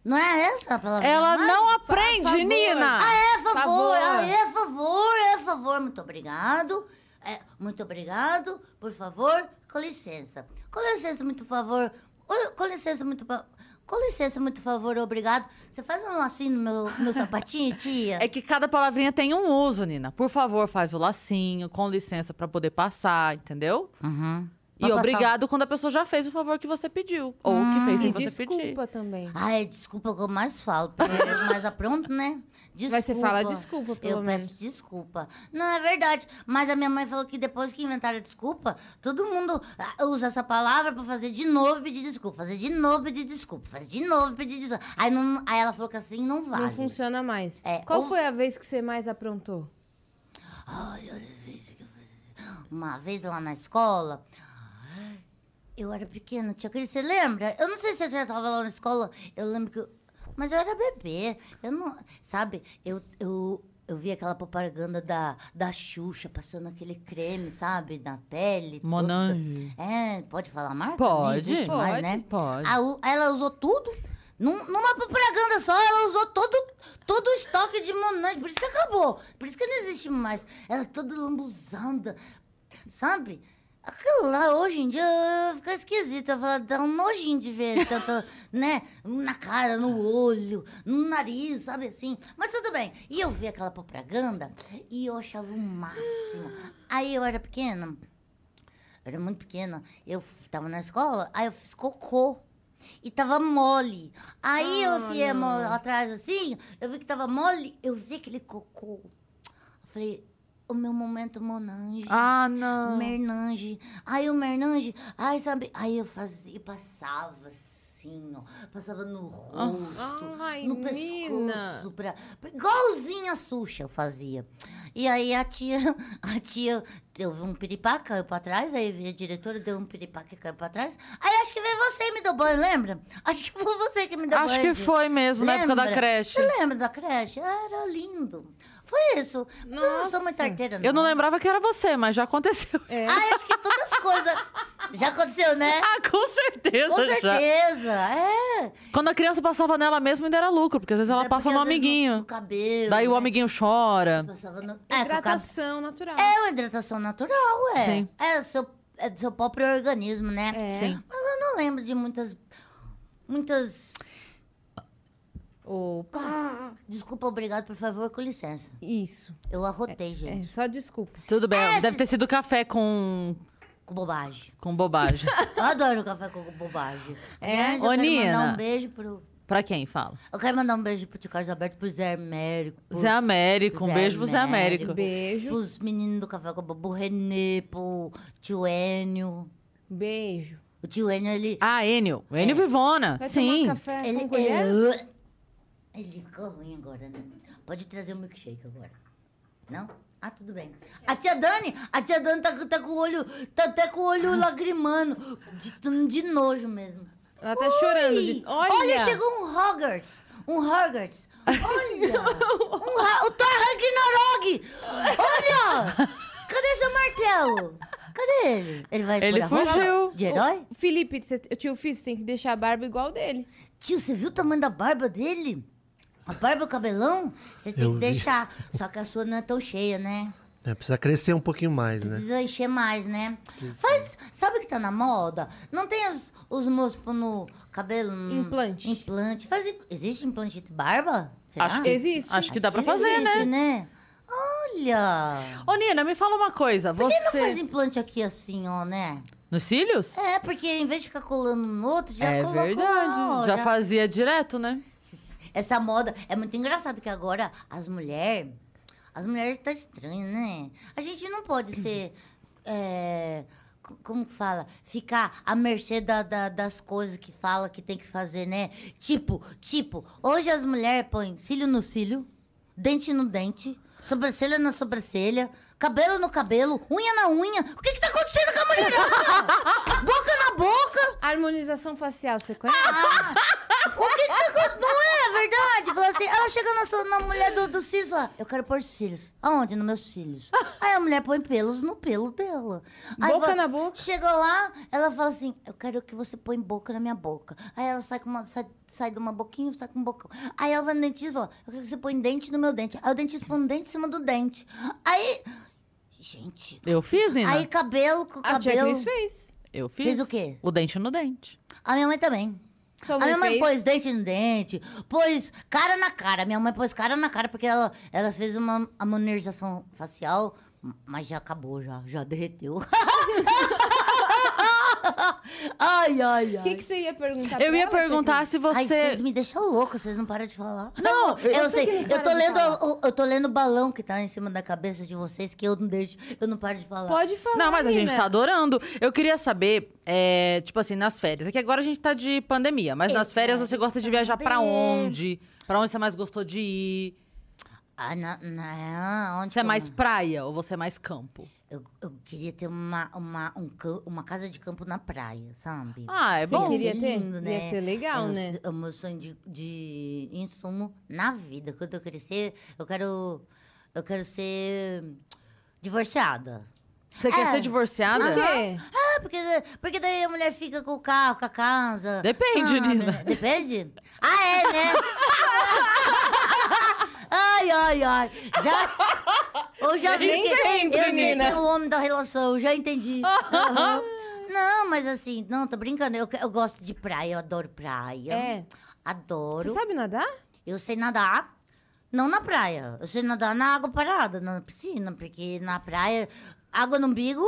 D: Não é essa a palavra?
B: Ela não aprende,
C: favor.
B: Nina!
D: Ah, é, favor.
B: tá
C: Favor.
D: Ah, é, favor. É, favor. Muito obrigado. É, muito obrigado. Por favor, com licença. Com licença, muito favor. Ô, Com licença, muito fa- Com licença, muito favor, obrigado. Você faz um lacinho no meu, no meu sapatinho, tia?
B: É que cada palavrinha tem um uso, Nina. Por favor, faz o lacinho, com licença pra poder passar, entendeu?
D: Uhum.
B: E
D: Pode passar.
B: obrigado quando a pessoa já fez o favor que você pediu. Ou o que fez sem
C: E
B: você pedir.
C: desculpa também.
D: Ah, é desculpa que eu mais falo, porque eu mais apronto, né? Desculpa.
C: Mas você fala desculpa, pelo
D: eu
C: menos.
D: peço desculpa. Não, é verdade. Mas a minha mãe falou que depois que inventaram a desculpa, todo mundo ah, usa essa palavra pra fazer de novo e pedir desculpa. Fazer de novo e pedir desculpa. Fazer de novo e pedir desculpa. Aí, não, aí ela falou que assim não vale.
C: Não funciona mais.
D: É,
C: Qual
D: ou-
C: foi a vez que você mais aprontou?
D: Ai, olha a vez que eu fiz. Uma vez lá na escola. Eu era pequena, tia Cris, você lembra? Eu não sei se você já estava lá na escola. Eu lembro que. eu- mas eu era bebê. Eu não. Sabe, eu. eu eu vi aquela propaganda da, da Xuxa passando aquele creme, sabe? Na pele. toda.
B: Monange.
D: É, pode falar a marca?
B: Pode,
D: Nem existe mais,
B: pode,
D: né?
B: pode.
D: A u- ela usou tudo. Num- numa propaganda só, ela usou todo, todo o estoque de Monange. Por isso que acabou. Por isso que não existe mais. Ela é toda lambuzada. Sabe? Aquilo lá, hoje em dia, eu- eu fico esquisita. Eu falo, dá um nojinho de ver tanto, né? Na cara, no olho, no nariz, sabe assim? Mas tudo bem. E eu vi aquela propaganda e eu achava o máximo. Aí eu era pequena, eu era muito pequena. Eu f- tava na escola, aí eu fiz cocô. E tava mole. Aí eu vi a mão atrás assim, eu vi que tava mole, eu vi aquele cocô. Eu falei, o meu momento monange.
B: Ah, não.
D: Mernange. Aí o Mernange, ai, sabe? Aí eu fazia, e passava assim, ó. Passava no rosto,
B: Ah.
C: Ai,
D: no
C: Nina.
D: pescoço. Pra, pra- igualzinho a Xuxa eu fazia. E aí a tia, a tia, eu vi um piripá, caiu pra trás, aí vi a diretora, deu um piripá que caiu pra trás. Aí acho que veio você e me deu banho, lembra? Acho que foi você que me deu
B: Acho
D: banho.
B: que foi mesmo, na época da
D: Lembra?
B: creche.
D: Você lembra da creche? Era lindo. Foi isso. Mas Eu não sou muito
C: Nossa.
D: arteira,
B: Eu não lembrava que era você, mas já aconteceu.
C: É.
D: Ai, acho que todas as coisas. Já aconteceu, né?
B: Ah, com certeza,
D: Com
B: já.
D: certeza, é.
B: Quando a criança passava nela mesmo, ainda era lucro, porque às vezes ela
D: É
B: passa
D: porque
B: no
D: às vezes
B: amiguinho.
D: No, no cabelo.
B: Daí o
D: né?
B: amiguinho chora.
D: Passava no. É, com o cabelo.
C: Hidratação natural.
D: É uma hidratação natural, é.
B: Sim.
D: É do seu, é do seu próprio organismo, né?
C: É.
B: Sim.
D: Mas eu não lembro de muitas. Muitas.
C: Opa.
D: Desculpa, obrigado, por favor, com licença.
C: Isso.
D: Eu arrotei,
C: É,
D: gente.
C: só desculpa.
B: Tudo bem.
D: É,
B: Deve
D: se-
B: ter sido café com,
D: Com bobagem.
B: com bobagem.
D: Eu adoro café com bobagem. É, eu
B: Ô,
D: quero mandar
B: Nina.
D: um beijo pro.
B: pra quem fala?
D: Eu quero mandar um beijo pro Tio Carlos Alberto, pro Zé Américo. pro-
B: Zé Américo. Um
D: Zé
B: beijo pro Zé
D: Américo.
B: Américo.
C: Beijo.
D: Pros né? meninos do Café com Bobo, o Renê, pro tio Enio.
C: Beijo.
D: O tio Enio, ele...
B: Ah, Enio. Enio Vivona.
C: Vai
B: Sim.
C: tomar um café
D: ele,
C: com colher?
B: é?
D: ele, ele ficou ruim agora, né? Pode trazer o milkshake agora. Não? Ah, tudo bem. A tia Dani, a tia Dani tá, tá com o olho, tá até com o
B: Ah.
D: olho lagrimando, de, de nojo mesmo.
C: Ela tá chorando. de-
D: Ih,
C: Olha.
D: chegou um Hogwarts. Um Hogwarts. Olha! um ha- o Thor Ragnarok! Olha! Cadê seu martelo? Cadê ele? Ele vai
B: Ele
D: por a roupa
B: fugiu.
D: De herói?
C: O Felipe, cê- o tio Fizz tem que deixar a barba igual dele.
D: Tio, você viu o tamanho da barba dele? A barba e o cabelão? Você tem
E: Eu
D: que
E: vi.
D: deixar. Só que a sua não é tão cheia, né?
E: É, precisa crescer um pouquinho mais, né?
D: Precisa encher mais, né? Faz. Sabe o que tá na moda? Não tem os, os moços pondo no cabelo. no-
C: Implante.
D: Implante. Faz, existe implante de barba? Será?
B: Acho que
C: Existe.
B: Acho que dá pra
D: Acho né?
B: fazer, né?
D: existe, né? Olha!
B: Ô, Nina, me fala uma coisa.
D: Por
B: Você.
D: que não faz implante aqui assim, ó, né?
B: Nos cílios?
D: É, porque em vez de ficar colando no outro, já
B: é
D: coloca na
B: verdade. Já
D: hora.
B: fazia direto, né?
D: Essa moda é muito engraçado que agora as mulheres. As mulheres tá estranho, né? A gente não pode ser. é, co- como que fala? Ficar à mercê da- da- das coisas que fala que tem que fazer, né? Tipo, tipo, hoje as mulheres põem cílio no cílio, dente no dente, sobrancelha na sobrancelha, cabelo no cabelo, unha na unha. O que que tá acontecendo com a mulher? boca na boca!
C: Harmonização facial, você conhece?
D: Ah, O que que tá acontecendo? Não é verdade? Fala assim, ela chega na, sua- na mulher do, do cílios e fala, eu quero pôr cílios. Aonde? Nos meus cílios. Aí a mulher põe pelos no pelo dela. Aí
C: Boca
D: fala-
C: na boca.
D: Chega lá, ela fala assim, eu quero que você põe boca na minha boca. Aí ela sai, com uma, sai, sai de uma boquinha, sai com um bocão. Aí ela vai no dentista e fala, eu quero que você põe dente no meu dente. Aí o dentista põe um dente em cima do dente. Aí, gente...
B: Eu fiz, Nina.
D: Aí cabelo com
C: A tia
D: cabelo.
C: Cris fez.
B: Eu fiz.
D: Fez o quê?
B: O dente no dente.
D: A minha mãe também.
C: Sua
D: a
C: mãe
D: minha mãe
C: fez?
D: pôs dente no dente, pôs cara na cara. Minha mãe pôs cara na cara porque ela, ela fez uma harmonização facial, mas já acabou, já, já derreteu. ai, ai, ai.
C: O que, que você ia
D: Tá
C: perguntar pra
B: eu ia
C: ela, tia
B: perguntar
C: Cris?
B: se
D: Ai, vocês
B: você.
D: me deixam louco, vocês não param de falar.
B: Não,
D: eu,
B: eu
C: sei que
D: sei.
C: ele para
D: Eu tô
C: de
D: lendo,
C: falar.
D: o- eu tô lendo o balão que tá em cima da cabeça de vocês que eu não deixo, eu não paro de falar.
C: Pode falar,
B: Não, mas a gente
C: menina.
D: né?
B: tá adorando. Eu queria saber, é, tipo assim, nas férias. É que agora a gente tá de pandemia, mas nas férias você gosta de viajar pra
D: saber.
B: onde? Pra onde você mais gostou de ir?
D: Ah, na, na, onde
B: Você é
D: que eu-
B: mais praia ou você é mais campo?
D: Eu, eu queria ter uma, uma, um cam- uma casa de campo na praia, sabe?
B: Ah, é
D: Seria
B: bom.
C: queria ter?
D: lindo,
C: Ia
D: né?
C: ser legal,
D: é o,
C: né?
D: É o meu sonho de, de insumo na vida. Quando eu crescer, eu quero, eu quero ser divorciada.
B: Você quer
D: É.
B: ser divorciada?
C: Por quê?
D: Ah, porque, porque daí a mulher fica com o carro, com a casa.
B: Depende,
D: sabe,
B: Nina.
D: né? Depende? Ah, é, né? ai, ai, ai. Já... Eu já vi
C: Nem
D: que-
C: sempre,
D: eu sei
C: Nina.
D: que é o homem da relação, eu já entendi. Aham. Não, mas assim, não, tô brincando. Eu, que- eu gosto de praia, eu adoro praia.
C: É. Você
D: Adoro.
C: sabe nadar?
D: Eu sei nadar, não na praia. Eu sei nadar na água parada, na piscina, porque na praia, água no umbigo,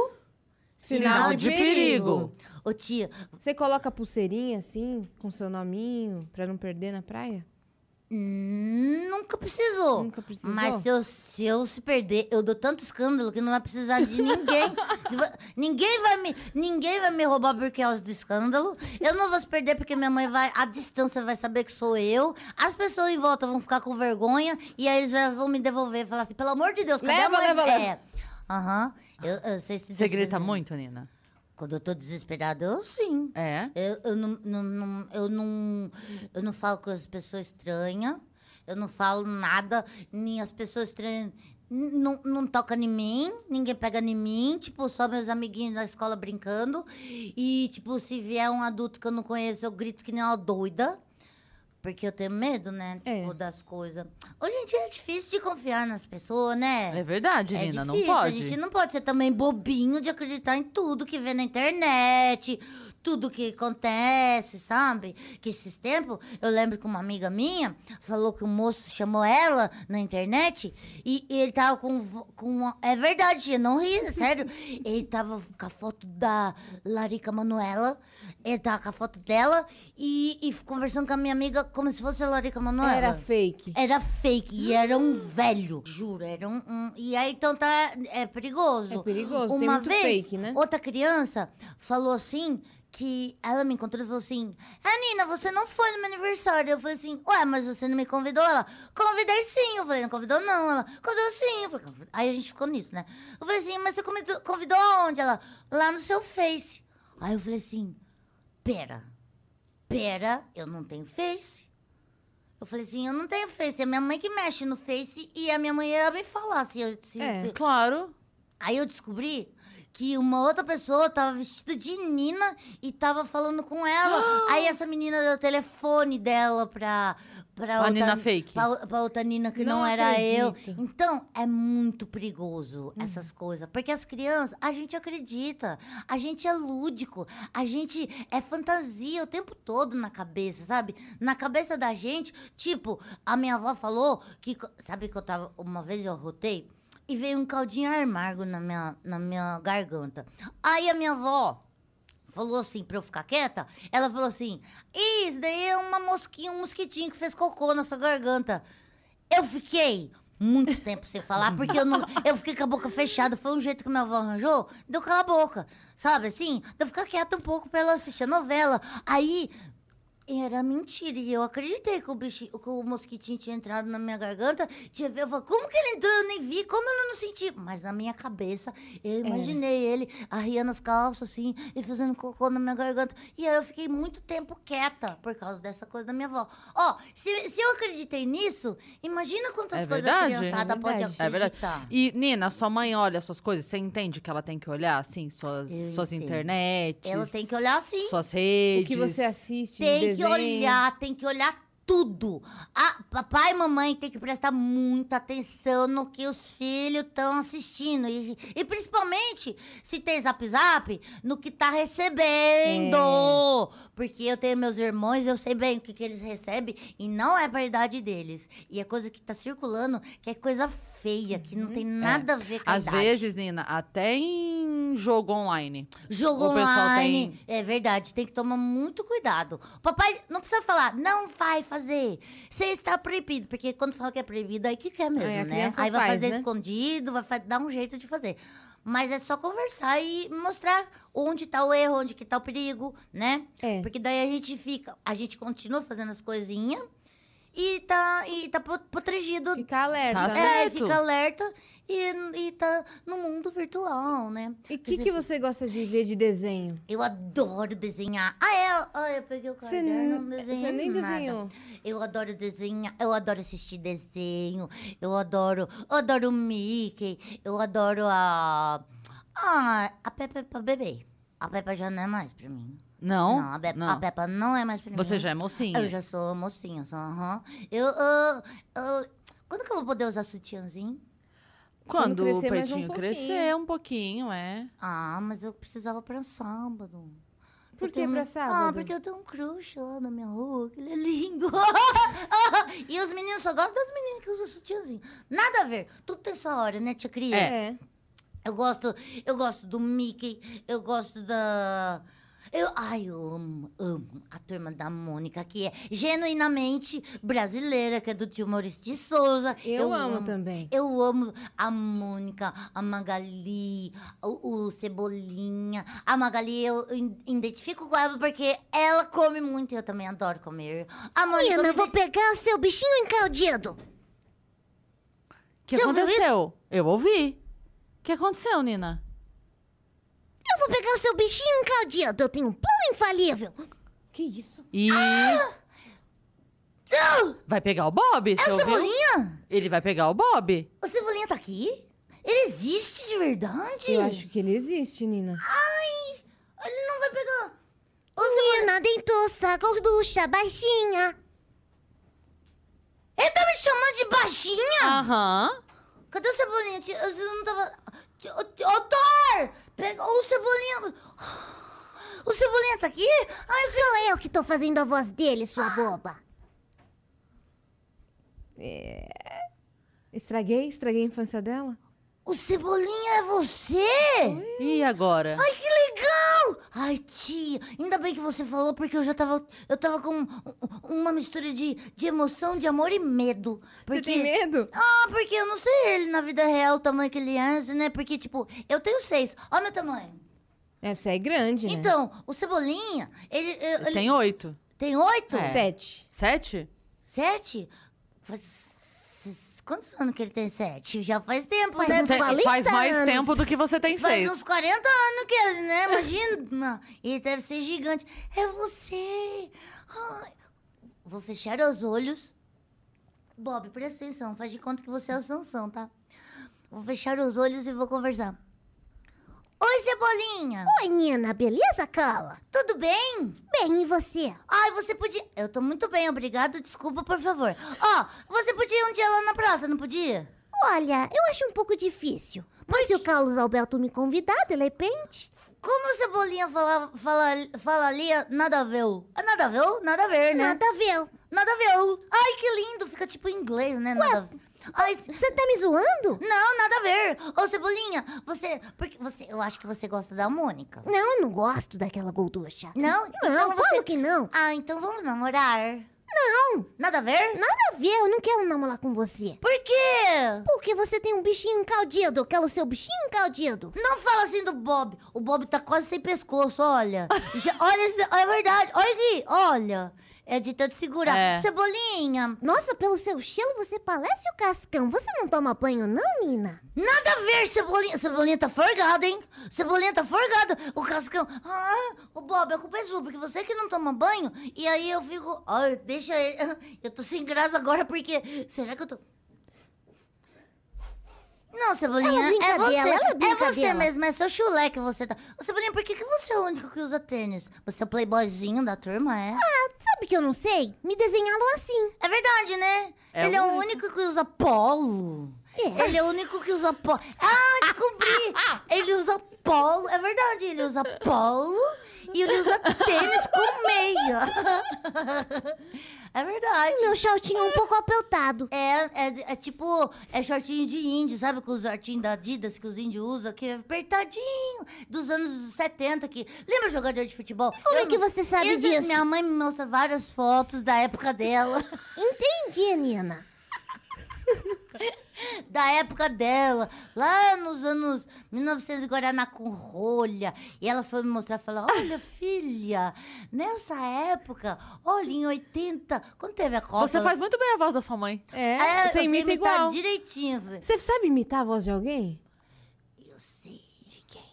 B: Sinal de perigo.
D: Ô tia,
C: Você coloca a pulseirinha assim, com seu nominho, pra não perder na praia?
D: hum, nunca precisou.
C: Nunca precisou?
D: Mas se eu, se eu se perder, eu dou tanto escândalo que não vai precisar de ninguém. Va- ninguém, vai me, ninguém vai me roubar por causa do escândalo. Eu não vou se perder porque minha mãe vai, à distância, vai saber que sou eu. As pessoas em volta vão ficar com vergonha e aí eles já vão me devolver e falar assim: pelo amor de Deus, cadê
C: Leva,
D: a mãe?
C: leva, leva.
D: É. Aham. Eu, eu sei se
B: Você grita muito, Nina?
D: Quando eu tô desesperada, eu sim.
B: É.
D: Eu, eu, não, não- não- eu, não, eu não falo com as pessoas estranhas, eu não falo nada, nem as pessoas estranhas n- não, não tocam em mim, ninguém pega em mim, tipo, só meus amiguinhos da escola brincando. E, tipo, se vier um adulto que eu não conheço, eu grito que nem uma doida. Porque eu tenho medo, né?
C: É.
D: Tipo, das coisas. Hoje em dia é difícil de confiar nas pessoas, né?
B: É verdade,
D: É
B: Nina,
D: difícil,
B: não
D: A
B: pode.
D: gente não pode ser também bobinho de acreditar em tudo que vê na internet, tudo que acontece, sabe? Que esses tempos, eu lembro que uma amiga minha falou que o moço chamou ela na internet e, e ele tava com, vo- com uma- É verdade, tia, não ri, é sério. Ele tava com a foto da Larica Manuela, ele tava com a foto dela e, e conversando com a minha amiga como se fosse a Larica Manuela.
C: Era fake.
D: Era fake e era um velho, juro, era um, um- e aí então tá é perigoso.
C: É perigoso, tem
D: Uma
C: muito
D: vez,
C: fake, né?
D: outra criança falou assim que ela me encontrou e falou assim: "Ah, Nina, você não foi no meu aniversário". Eu falei assim: "Ué, mas você não me convidou?". Ela: "Convidei sim". Eu falei: "Não convidou não". Ela: "Convidou sim". Eu falei, "Convidou". aí a gente ficou nisso, né? Eu falei assim: "Mas você convidou, convidou aonde?". Ela: "Lá no seu Face". Aí eu falei assim: "Pera. Pera, eu não tenho Face". Eu falei assim, eu não tenho Face, é minha mãe que mexe no Face e a minha mãe ia me falar se eu... se-
C: É.
D: se-
B: Claro.
D: Aí eu descobri que uma outra pessoa tava vestida de Nina e tava falando com ela. Aí essa menina deu o telefone dela pra. Pra
B: Pra Nina fake.
D: Pra, pra outra Nina que não,
C: Não
D: era
C: acredito.
D: eu. Então, é muito perigoso essas coisas. Porque as crianças, a gente acredita. A gente é lúdico. A gente é fantasia o tempo todo na cabeça, sabe? Na cabeça da gente, tipo, a minha avó falou que. co- Sabe que eu tava. Uma vez eu rotei. e veio um caldinho amargo na minha, na minha garganta. Aí a minha avó falou assim pra eu ficar quieta, ela falou assim, "Ih, isso daí é uma mosquinha, um mosquitinho que fez cocô na sua garganta. Eu fiquei muito tempo sem falar, porque eu, não, eu fiquei com a boca fechada. Foi um jeito que minha avó arranjou, deu cala a boca, sabe assim? Deu ficar quieta um pouco pra ela assistir a novela. Aí era mentira, e eu acreditei que o, bicho, que o mosquitinho tinha entrado na minha garganta. Tinha, eu falei, como que ele entrou? Eu nem vi, como eu não senti? Mas na minha cabeça, eu imaginei ele arriando as calças, assim, e fazendo cocô na minha garganta. E aí eu fiquei muito tempo quieta por causa dessa coisa da minha avó. Ó, se, se eu acreditei nisso, imagina quantas
B: É
D: coisas
B: verdade.
D: a criançada
C: É
D: pode
C: verdade.
D: acreditar.
B: É verdade.
D: Ah.
B: E, Nina, sua mãe olha suas coisas? Você entende que ela tem que olhar, assim, suas,
D: Eu
B: suas
D: entendo.
B: internets?
D: Ela tem que olhar assim.
B: Suas
C: O
B: redes.
C: que você
B: um
C: assiste,
D: Tem que
C: desenho.
D: olhar, tem que olhar tudo. A, papai e mamãe tem que prestar muita atenção no que os filhos estão assistindo. E, e principalmente, se tem zap zap, no que tá recebendo.
B: É.
D: Porque eu tenho meus irmãos, eu sei bem o que, que eles recebem e não é para a idade deles. E é coisa que tá circulando, que é coisa feia, que não tem nada a ver com a
B: Uhum. Às
D: idade.
B: vezes, Nina, até em jogo online.
D: Jogo
B: O pessoal
D: online. É verdade, tem que tomar muito cuidado. Papai não precisa falar, não vai fazer. Você está proibido. Porque quando fala que é proibido, aí que quer mesmo,
C: Aí a
D: né?
C: criança
D: Aí vai
C: faz,
D: fazer
C: né?
D: escondido, vai fa- dar um jeito de fazer. Mas é só conversar e mostrar onde está o erro, onde que tá o perigo, né?
C: É.
D: Porque daí a gente fica, a gente continua fazendo as coisinhas e tá, e tá po- protegido
C: Ficar alerta.
B: Tá
C: né?
D: é,
B: certo.
D: fica alerta e, e tá no mundo virtual, né?
C: E o que, que você gosta de ver de desenho?
D: Eu adoro desenhar. Ah, é? Ah, eu peguei o
C: Você
D: caderno,
C: n-
D: não desenhei
C: você nem
D: nada.
C: desenhou.
D: Eu adoro desenhar, eu adoro assistir desenho, eu adoro, eu adoro o Mickey, eu adoro a... Ah, a Peppa é pra bebê. A Peppa já não é mais pra mim.
B: Não?
D: a, Be a Peppa não é mais pra mim.
B: Você já é mocinha.
D: Eu já sou mocinha, sou, aham. Eu, eu, eu- Quando que eu vou poder usar sutiãzinho?
C: Quando
B: Quando, o
C: crescer mais um
B: peitinho
C: pouquinho.
B: crescer um pouquinho, é.
D: Ah, mas eu precisava pra um sábado.
C: Por
D: Eu
C: que
D: tenho um-
C: pra sábado?
D: Ah, porque eu tenho um crush lá na minha rua, que ele é lindo. e os meninos só gostam das meninas que usam sutiãzinho. Nada a ver. Tudo tem sua hora, né, tia Cris?
B: É.
D: Eu gosto, eu gosto do Mickey, eu gosto da. Eu, ai, eu amo, amo a turma da Mônica, que é genuinamente brasileira, que é do tio Maurício de Souza.
C: Eu amo também.
D: Eu amo a Mônica, a Magali, o, o Cebolinha. A Magali eu in- identifico com ela porque ela come muito e eu também adoro comer. A Mônica. eu me ide-
F: pegar o seu bichinho encaldido.
B: O que
D: Você ouviu
B: aconteceu? Eu ouvi. O que aconteceu, Nina?
F: Eu vou pegar o seu bichinho encaldido. Eu tenho um plano infalível.
C: Que isso?
B: E.
D: Ah!
B: Vai pegar o Bob? você
D: É o
B: ouviu?
D: Cebolinha?
B: Ele vai pegar o Bob?
D: O Cebolinha tá aqui? Ele existe de verdade?
C: Eu acho que ele existe, Nina.
D: Ele não vai pegar.
F: Nina deitou essa gorducha baixinha.
D: Ele tá me chamando de baixinha?
B: Ah, Aham.
D: Cadê o Cebolinha? Ti- Eu não tava... Ti- Ô, ti- ô, Thor! Pega o Cebolinha... O Cebolinha tá aqui? Ai, eu... Ah,
F: Sou eu que tô fazendo a voz dele, sua boba.
C: Estraguei? Estraguei a infância dela?
D: O Cebolinha é você?
B: E agora?
D: Ai, que legal! Ai, tia, ainda bem que você falou, porque eu já tava... Eu tava com um- uma mistura de, de emoção, de amor e medo. Porque...
C: Você tem medo?
D: Ah, porque eu não sei ele na vida real, o tamanho que ele é, né? Porque, tipo, eu tenho seis. Olha meu tamanho.
C: É, você é grande, né?
D: Então, o Cebolinha, ele... eh, ele-
B: Tem oito.
D: Tem oito?
B: É.
C: Sete.
B: Sete?
D: Sete? Faz... Quantos anos que ele tem sete? Já faz tempo,
F: Faz
D: né?
F: uns
B: Tem- faz
F: 40
B: mais
F: anos.
B: tempo do que você tem
D: Faz
B: seis.
D: uns 40 anos que ele, né? Imagina. ele deve ser gigante. É você. Ai. Vou fechar os olhos. Bob, presta atenção. Faz de conta que você é o Sansão, tá? Vou fechar os olhos e vou conversar. Oi, Cebolinha.
F: Oi, Nina, beleza, Carla?
D: Tudo bem?
F: Bem, e você?
D: Ai, você podia... Eu tô muito bem, obrigada. Desculpa, por favor. Ó, você podia ir um dia lá na praça, não podia?
F: Olha, eu acho um pouco difícil. Mas se o Carlos Alberto me convidar, de repente...
D: Como o Cebolinha fala, fala, falaria nada a ver? Ah, Nada a ver? Nada a ver, né?
F: Nada a ver.
D: Nada a ver. Ai, que lindo. Fica tipo em inglês, né? Nada a ver. Ai, c-
F: Você tá me zoando?
D: não, nada a ver. Ô, Cebolinha, você. Porque você. Eu acho que você gosta da Mônica.
F: Não, eu não gosto daquela golducha.
D: Não?
F: Não,
D: Então
F: falo
D: você-
F: que não.
D: Ah, então vamos namorar.
F: Não,
D: Nada a ver?
F: nada a ver, eu não quero namorar com você.
D: Por quê?
F: Porque você tem um bichinho encaldido, eu quero seu bichinho encaldido.
D: Não fala assim do Bob. O Bob tá quase sem pescoço, olha. Já- olha, esse- é verdade. Olha aqui, olha. É de tanto segurar.
B: É.
D: Cebolinha,
F: Nossa, pelo seu cheiro você parece o Cascão. Você não toma banho não, Nina?
D: nada a ver, Cebolinha. Cebolinha tá forgado, hein? Cebolinha tá forgado. O Cascão... Ah, o Bob, a culpa é sua, porque você que não toma banho. E aí eu fico... Ai, deixa ele... Eu tô sem graça agora, porque... Será que eu tô... Não, Cebolinha,
F: Ela brinca
D: é você.
F: dela, ela
D: é
F: brinca
D: você
F: dela.
D: mesmo, é seu chulé que você tá. Ô, Cebolinha, por que, que você é o único que usa tênis? Você é o playboyzinho da turma, é?
F: Sabe que eu não sei? Me desenharam assim.
D: É verdade, né?
B: É
D: Ele
B: o
D: é o único que usa polo.
F: É.
D: Ele é o único que usa polo. Ah, descobri! Ele usa polo. É verdade, ele usa polo e ele usa tênis com meia. É verdade.
F: Meu shortinho é um pouco apertado.
D: É, é, é tipo, é shortinho de índio, sabe? Com os shortinhos da Adidas que os índios usam, que é apertadinho, dos anos 70 que. Lembra jogador de futebol?
F: Como
D: Eu
F: é que
D: não-
F: você sabe
D: Isso,
F: disso?
D: Minha mãe me mostra várias fotos da época dela.
F: Entendi, Nina.
D: da época dela, lá nos anos 1900 Guaraná com rolha. E ela foi me mostrar e falar: Olha, filha, nessa época, olha, em 80, quando teve a Copa.
B: Você faz muito bem a voz da sua mãe.
C: É,
D: é,
C: você
D: eu sei
C: imita
D: imitar
C: igual.
D: direitinho. Falei,
C: Você sabe imitar a voz de alguém?
D: Eu sei de quem.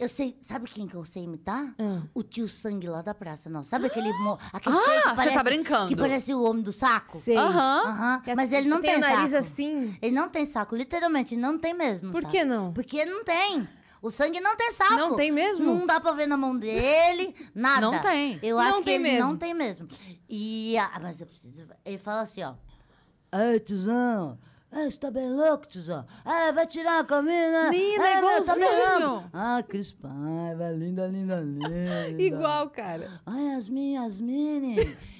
D: Eu sei, sabe quem que eu sei imitar?
C: Ah.
D: O tio sangue lá da praça, não. Sabe aquele mo... aquele
B: Ah,
D: feio
B: você
D: que
B: tá
D: parece,
B: brincando.
D: Que parece o homem do saco?
C: Sei.
B: Aham.
D: Aham.
C: Que a-
D: Mas ele não
C: que
D: tem,
C: o nariz
D: saco.
C: assim.
D: Ele não tem saco, literalmente, não tem mesmo.
C: Por
D: saco.
C: que não?
D: Porque não tem. O sangue não tem saco.
C: Não tem mesmo?
D: Não dá pra ver na mão dele, nada.
B: Não tem.
D: Eu
C: Não
D: acho que
C: tem
D: ele
C: mesmo.
D: não tem mesmo. E, ah, mas eu preciso... Ele fala assim, ó. Ei, tiozão. Ei, você tá bem louco, tiozão. Ah, vai tirar a camisa.
B: Nina,
D: Ei,
C: é
D: meu, tá bem
B: igualzinho.
D: louco. Ah, Cris Paiva, linda, linda, linda.
C: Igual, cara.
D: Ai, Ah, Yasmin, Yasmin.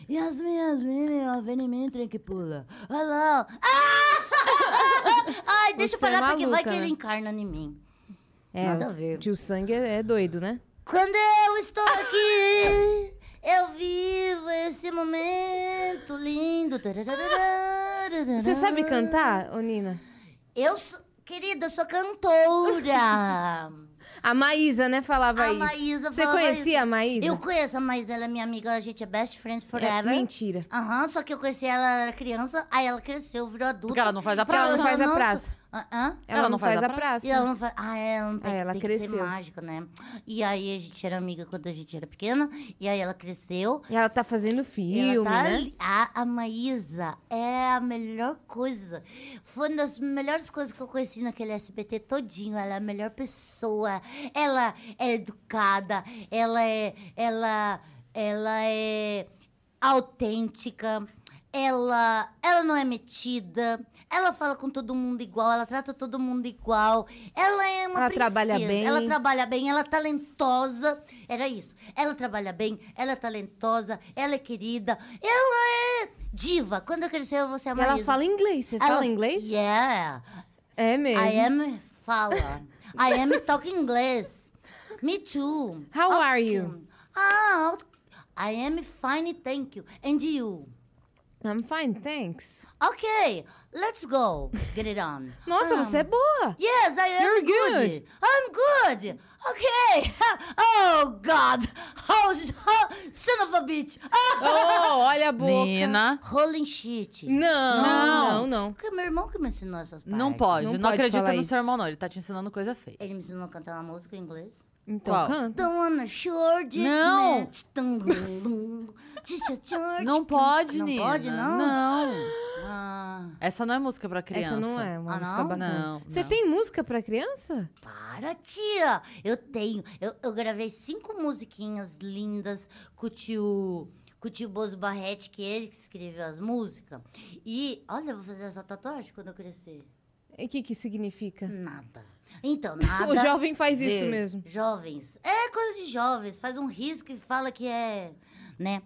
D: Yasmin, Yasmin, ó, vem em mim, trem que pula. Olha lá. ó. Ah! Ai,
C: Você
D: deixa eu parar,
C: é
D: porque vai
C: maluca,
D: que ele
C: né?
D: encarna em mim.
C: É,
D: Nada a ver.
C: o tio sangue é é doido, né?
D: Quando eu estou aqui, eu vivo esse momento lindo.
C: Você sabe cantar, ô Nina?
D: Eu sou... Querida, eu sou cantora.
C: A Maísa, né, falava
D: A
C: isso.
D: Maísa
C: Você
D: falava
C: conhecia
D: isso.
C: a Maísa?
D: Eu conheço a Maísa, ela é minha amiga, a gente é best friends
C: É,
D: forever.
C: mentira.
D: Aham, só que eu conheci ela, ela era criança, aí ela cresceu, virou adulta.
B: Porque ela não faz a
C: Porque ela
B: praça.
C: não faz a praça.
D: Ah, ah?
C: Ela, não faz, a praça.
D: E ela não faz... Ah, ela não tem,
C: Ah, ela
D: tem que ser
C: cresceu.
D: mágica, né? E aí a gente era amiga quando a gente era pequena, e aí ela cresceu.
C: E ela tá fazendo filme,
D: ela tá
C: né?
D: ali- a, a Maísa é a melhor coisa. Foi uma das melhores coisas que eu conheci naquele SBT todinho. Ela é a melhor pessoa. Ela é educada. Ela é. Ela, ela é autêntica. Ela, ela não é metida. Ela fala com todo mundo igual. Ela trata todo mundo igual. Ela é uma
C: Ela
D: princesa.
C: trabalha bem.
D: Ela trabalha bem, ela é talentosa. Era isso. Ela trabalha bem, ela é talentosa, ela é querida, ela é diva. Quando eu crescer, eu vou ser a
C: E ela
D: Marisa.
C: fala inglês. Você
D: Ela-
C: fala inglês?
D: Yeah.
C: É mesmo.
D: I am... Fala. I am talking inglês. Me too.
C: How
D: Ok.
C: are you?
D: Ah, I am fine, thank you. And you?
C: I'm fine, thanks.
D: Ok, let's go. Get it on.
C: Nossa,
D: Ah.
C: você é boa.
D: Yes, I am
C: You're good.
D: I'm good. Okay. Oh God. Oh, sh- oh, son of a bitch. Ah.
C: Oh, olha a boca.
B: Nina,
D: Rolling shit.
C: Não, não,
B: Não.
C: não.
D: Porque meu irmão que me ensinou essas partes.
B: não pode.
C: Não
B: Não,
C: pode
B: acredita
C: falar
B: no
C: isso.
B: seu irmão, não. Ele tá te ensinando coisa feia.
D: Ele me ensinou a cantar uma música em inglês.
C: Então
B: Qual?
C: canta.
D: Don't wanna short it,
B: Não.
D: man. Tum, dum, dum. Tch, tch, tch,
B: Não
D: tch.
B: pode,
D: Não
B: Nina.
D: pode, não?
B: Não.
D: Ah,
B: Essa não é música pra criança.
C: Essa não é uma
D: Ah,
C: música
D: não?
C: bacana.
B: Não,
C: Você
B: não.
C: tem música pra criança?
D: para, tia. Eu tenho. Eu, eu gravei cinco musiquinhas lindas com o tio... Com o tio Bozo Barrete, que é ele que escreveu as músicas. E, olha, eu vou fazer essa tatuagem quando eu crescer.
C: E o que que significa?
D: Nada. Então, nada.
C: O jovem faz
D: Vê,
C: isso mesmo.
D: Jovens. É coisa de jovens. Faz um risco e fala que é. né?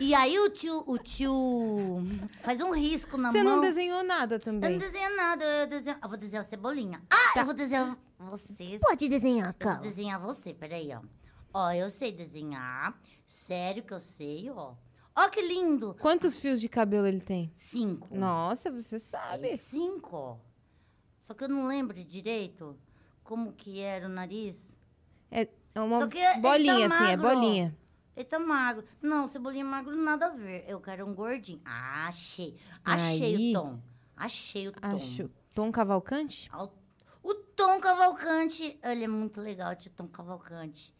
D: E aí o tio, o tio faz um risco na
C: Você
D: mão.
C: não desenhou nada também.
D: Eu não desenho nada, eu desenho. Eu vou desenhar o cebolinha. Ah,
C: Tá.
D: eu vou desenhar vocês.
F: Pode desenhar,
D: Eu vou
F: Cal.
D: desenhar você, peraí, ó. Ó, eu sei desenhar. Sério que eu sei, ó. Ó, que lindo!
C: Quantos fios de cabelo ele tem?
D: Cinco.
C: Um. Nossa, você
D: É
C: sabe.
D: cinco. Só que eu não lembro direito como que era o nariz.
C: É uma
D: Só que ele tá
C: bolinha, assim, é
D: magro.
C: bolinha.
D: Ele tá magro. Não, cebolinha magro nada a ver. Eu quero um gordinho. Ah, achei. Achei
C: Aí-
D: o tom. Achei o tom.
C: Acho. Tom Cavalcante?
D: Ao- O Tom Cavalcante, ele é muito legal, tio Tom Cavalcante.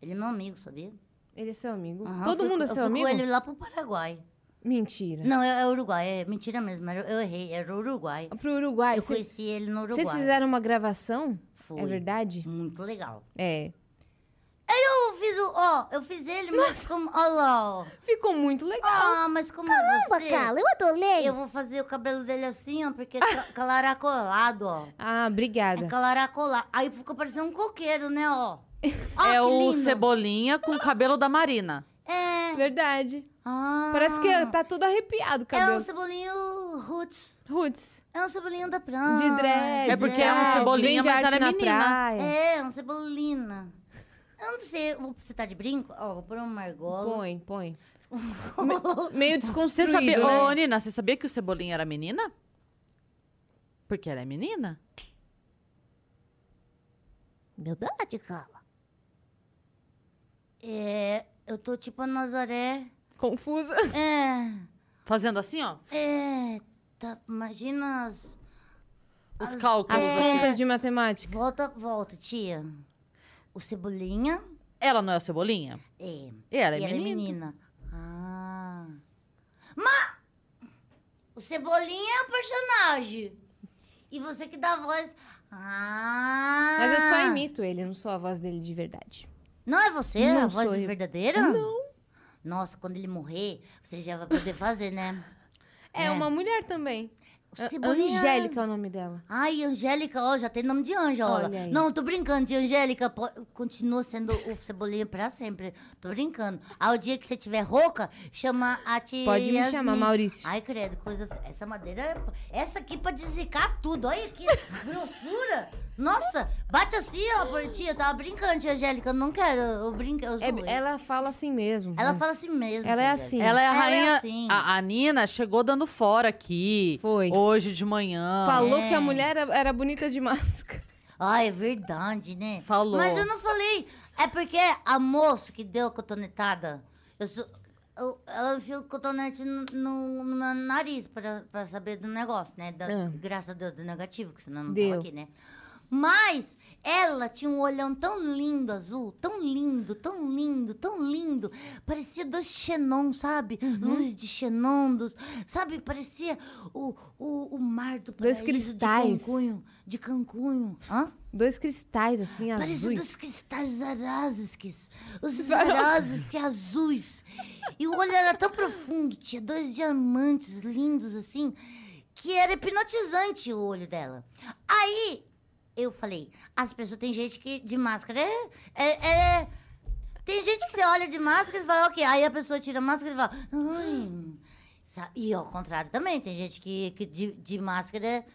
D: Ele é meu amigo, sabia?
C: Ele é seu amigo.
D: Aham,
C: Todo
D: eu fui-
C: mundo é
D: eu
C: seu
D: fui
C: amigo?
D: com ele lá pro Paraguai.
C: Mentira.
D: Não, é, é Uruguai, é mentira mesmo, era- eu errei, era Uruguai.
C: Pro Uruguai.
D: eu
C: cê-
D: conheci ele no Uruguai.
C: Vocês fizeram uma gravação?
D: Foi.
C: É verdade?
D: Muito legal.
C: É.
D: Eu fiz o, ó, eu fiz ele, mas como, ó lá, ó.
C: Ficou muito legal.
D: Ah, mas como é
F: Caramba,
D: você?
F: Cal, eu adorei.
D: Eu vou fazer o cabelo dele assim, ó, porque é ca- calaracolado, ó.
C: Ah,
D: É
C: obrigada.
D: calaracolado. Aí ficou parecendo um coqueiro, né, ó.
C: Ah,
D: Ó,
B: É
D: que
B: o
D: lindo.
B: Cebolinha com o cabelo da Marina.
D: É.
C: Verdade.
D: Ah,
C: Parece que tá todo arrepiado o
D: É um
C: cabelo.
D: cebolinho roots.
C: Roots,
D: É um cebolinho da praia.
C: de dread.
B: É porque é uma
C: um
B: cebolinha, mas ela é
C: na
B: menina.
C: Praia.
D: Ah. É, um cebolina. Eu não sei, eu vou- você tá de brinco? Ó, vou pôr uma argola.
C: Põe, põe. Me- meio
B: Você
C: desconstruído,
B: sabia,
C: né?
B: ô Nina, você sabia que o Cebolinha era menina? Porque ela é menina?
F: Verdade, Cal.
D: É, eu tô tipo a Nazaré.
C: Confusa.
D: É,
B: Fazendo assim, ó,
D: é, tá, imagina as...
B: os cálculos.
C: As É. contas de matemática.
D: Volta, volta, tia. O cebolinha,
B: Ela não é o Cebolinha?
D: é,
B: E ela é
D: e ela é
B: menina.
D: menina. Ah. Mas o Cebolinha é o personagem. E você que dá a voz. Ah.
C: Mas eu só imito ele, eu não sou a voz dele de verdade.
D: Não é você
C: Não
D: a voz
C: sou eu.
D: verdadeira? Não. Nossa, quando ele morrer, você já vai poder fazer, né?
C: É, uma mulher também.
D: O
C: A-
D: Cebolinha-
C: Angélica é o nome dela.
D: Ai, Angélica, ó, já tem nome de anjo, ó.
C: Olha aí.
D: Não, tô brincando, de Angélica po- continua sendo o Cebolinha pra sempre. Tô brincando. Ao dia que você tiver rouca, chama a tia
C: Pode me
D: Yasmin.
C: chamar, Maurício.
D: Ai, credo, coisa... Essa madeira, é- essa aqui pra desicar tudo. Olha que grossura. Nossa, bate assim, ó, por tia. Eu Tava brincando, tia Angélica, eu não quero. Eu brinco, eu
C: É,
D: zoei.
C: ela fala assim mesmo.
D: Ela
C: né?
D: fala assim mesmo.
C: Ela é
D: tia
C: assim.
B: Ela é a
D: Ela é
B: rainha.
D: assim.
B: a, a Nina chegou dando fora aqui.
C: Foi.
B: Hoje de manhã.
C: Falou
D: É.
C: que a mulher era, era bonita de máscara.
D: Ah, é verdade, né?
B: Falou.
D: Mas eu não falei. É porque a moça que deu a cotonetada, eu sou. Eu, eu enfio o cotonete no, no- no meu nariz pra, pra saber do negócio, né? Da-
C: Ah.
D: Graças a Deus, do negativo, que senão eu não
C: Deu.
D: tava aqui, né? Mas ela tinha um olhão tão lindo, azul, tão lindo, tão lindo, tão lindo. Parecia dois xenon, sabe?
C: Uhum.
D: Luz de xenon, dos, sabe? Parecia o, o, o mar do
C: Dois
D: paraíso
C: cristais.
D: de Cancunho. De Cancunho. Hã?
C: Dois cristais, assim,
D: Parece
C: azuis.
D: dos cristais arásquis. Os que azuis. E o olho era tão profundo, tinha dois diamantes lindos assim, que era hipnotizante o olho dela. Aí eu falei: as pessoas, tem gente que de máscara é. é- é- tem gente que você olha de máscara e fala, ok. Aí a pessoa tira a máscara e fala, ai. Sa- E ao contrário também, tem gente que, que de, de máscara é.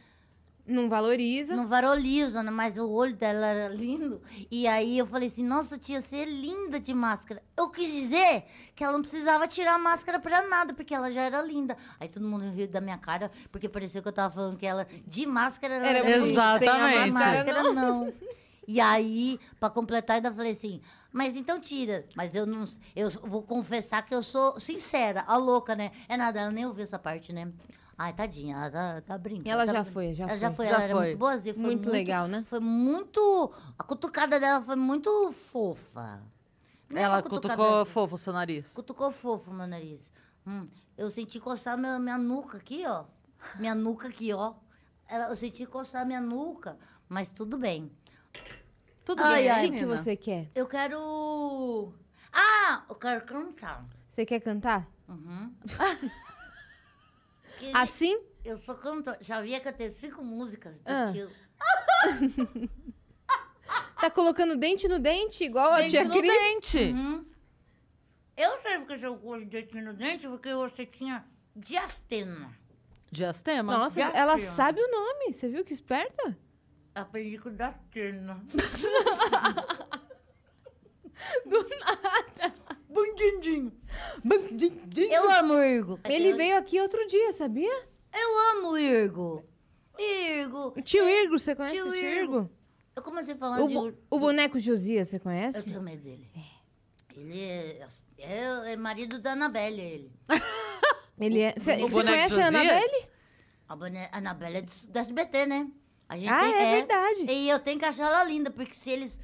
C: Não valoriza.
D: Não varoliza, né? Mas o olho dela era lindo. E aí eu falei assim, nossa, tia, você é linda de máscara. Eu quis dizer que ela não precisava tirar a máscara pra nada, porque ela já era linda. Aí todo mundo riu da minha cara, porque parecia que eu tava falando que ela, de máscara, ela
C: Era
D: era
C: bonita,
D: bonita.
C: sem
B: Exatamente.
C: a
D: Sem
C: máscara,
D: máscara,
C: não.
D: não. E aí, pra completar, ainda falei assim, mas então tira. Mas eu não. Eu vou confessar que eu sou sincera, a louca, né? É nada, ela nem ouviu essa parte, né? Ai, tadinha, ela tá, tá brincando.
C: Ela
D: tá
C: já
D: brincando.
C: foi, já
D: ela já
C: foi.
D: foi.
B: Já
D: ela era
B: foi.
D: muito boazinha. Foi
C: Muito legal, né?
D: Foi muito. A cutucada dela foi muito fofa. Não é
B: Ela
D: uma cutucada-
B: cutucou fofo o seu nariz.
D: Cutucou fofo meu nariz. Hum, eu senti coçar minha, minha nuca aqui, ó. Minha nuca aqui, ó. Ela- Eu senti coçar minha nuca, mas tudo bem.
B: Tudo
D: Ai,
B: bem,
D: ai.
C: O que que
B: Nina?
C: você quer?
D: Eu quero. Ah, eu quero cantar.
C: Você quer cantar?
D: Uhum. Que
C: Assim?
D: Eu sou cantor. Já havia cantei cinco músicas do
C: Ah.
D: tio.
C: Tá colocando dente no dente, igual a
B: Dente
C: tia
B: no
C: Cris?
B: dente.
D: Uhum. Hum? Eu sei porque eu gosto de dente no dente, porque você tinha diastema.
B: Diastema?
C: Nossa,
D: Já
C: ela
D: viu?
C: sabe o nome. Você viu que esperta?
D: Aprendi com diastema.
C: Bandidinho.
D: Eu amo Irgo.
C: Ele veio aqui outro dia, sabia?
D: Eu amo Irgo. Irgo.
C: O tio Irgo, você conhece
D: Tio
C: o tio
D: Irgo.
C: Irgo?
D: Eu comecei falando
C: O,
D: de...
C: bo- o boneco Josias, você
D: Eu
C: conhece?
D: tenho medo dele. Ele é, é, é marido da Anabelle, ele.
C: Ele é. Você
B: o
C: você
B: boneco
C: conhece a
B: Josias?
C: Anabelle?
D: A Bone- a Anabelle é do, da SBT, né? A gente
C: Ah,
D: tem-
C: é verdade.
D: E eu tenho que achar ela linda, porque se eles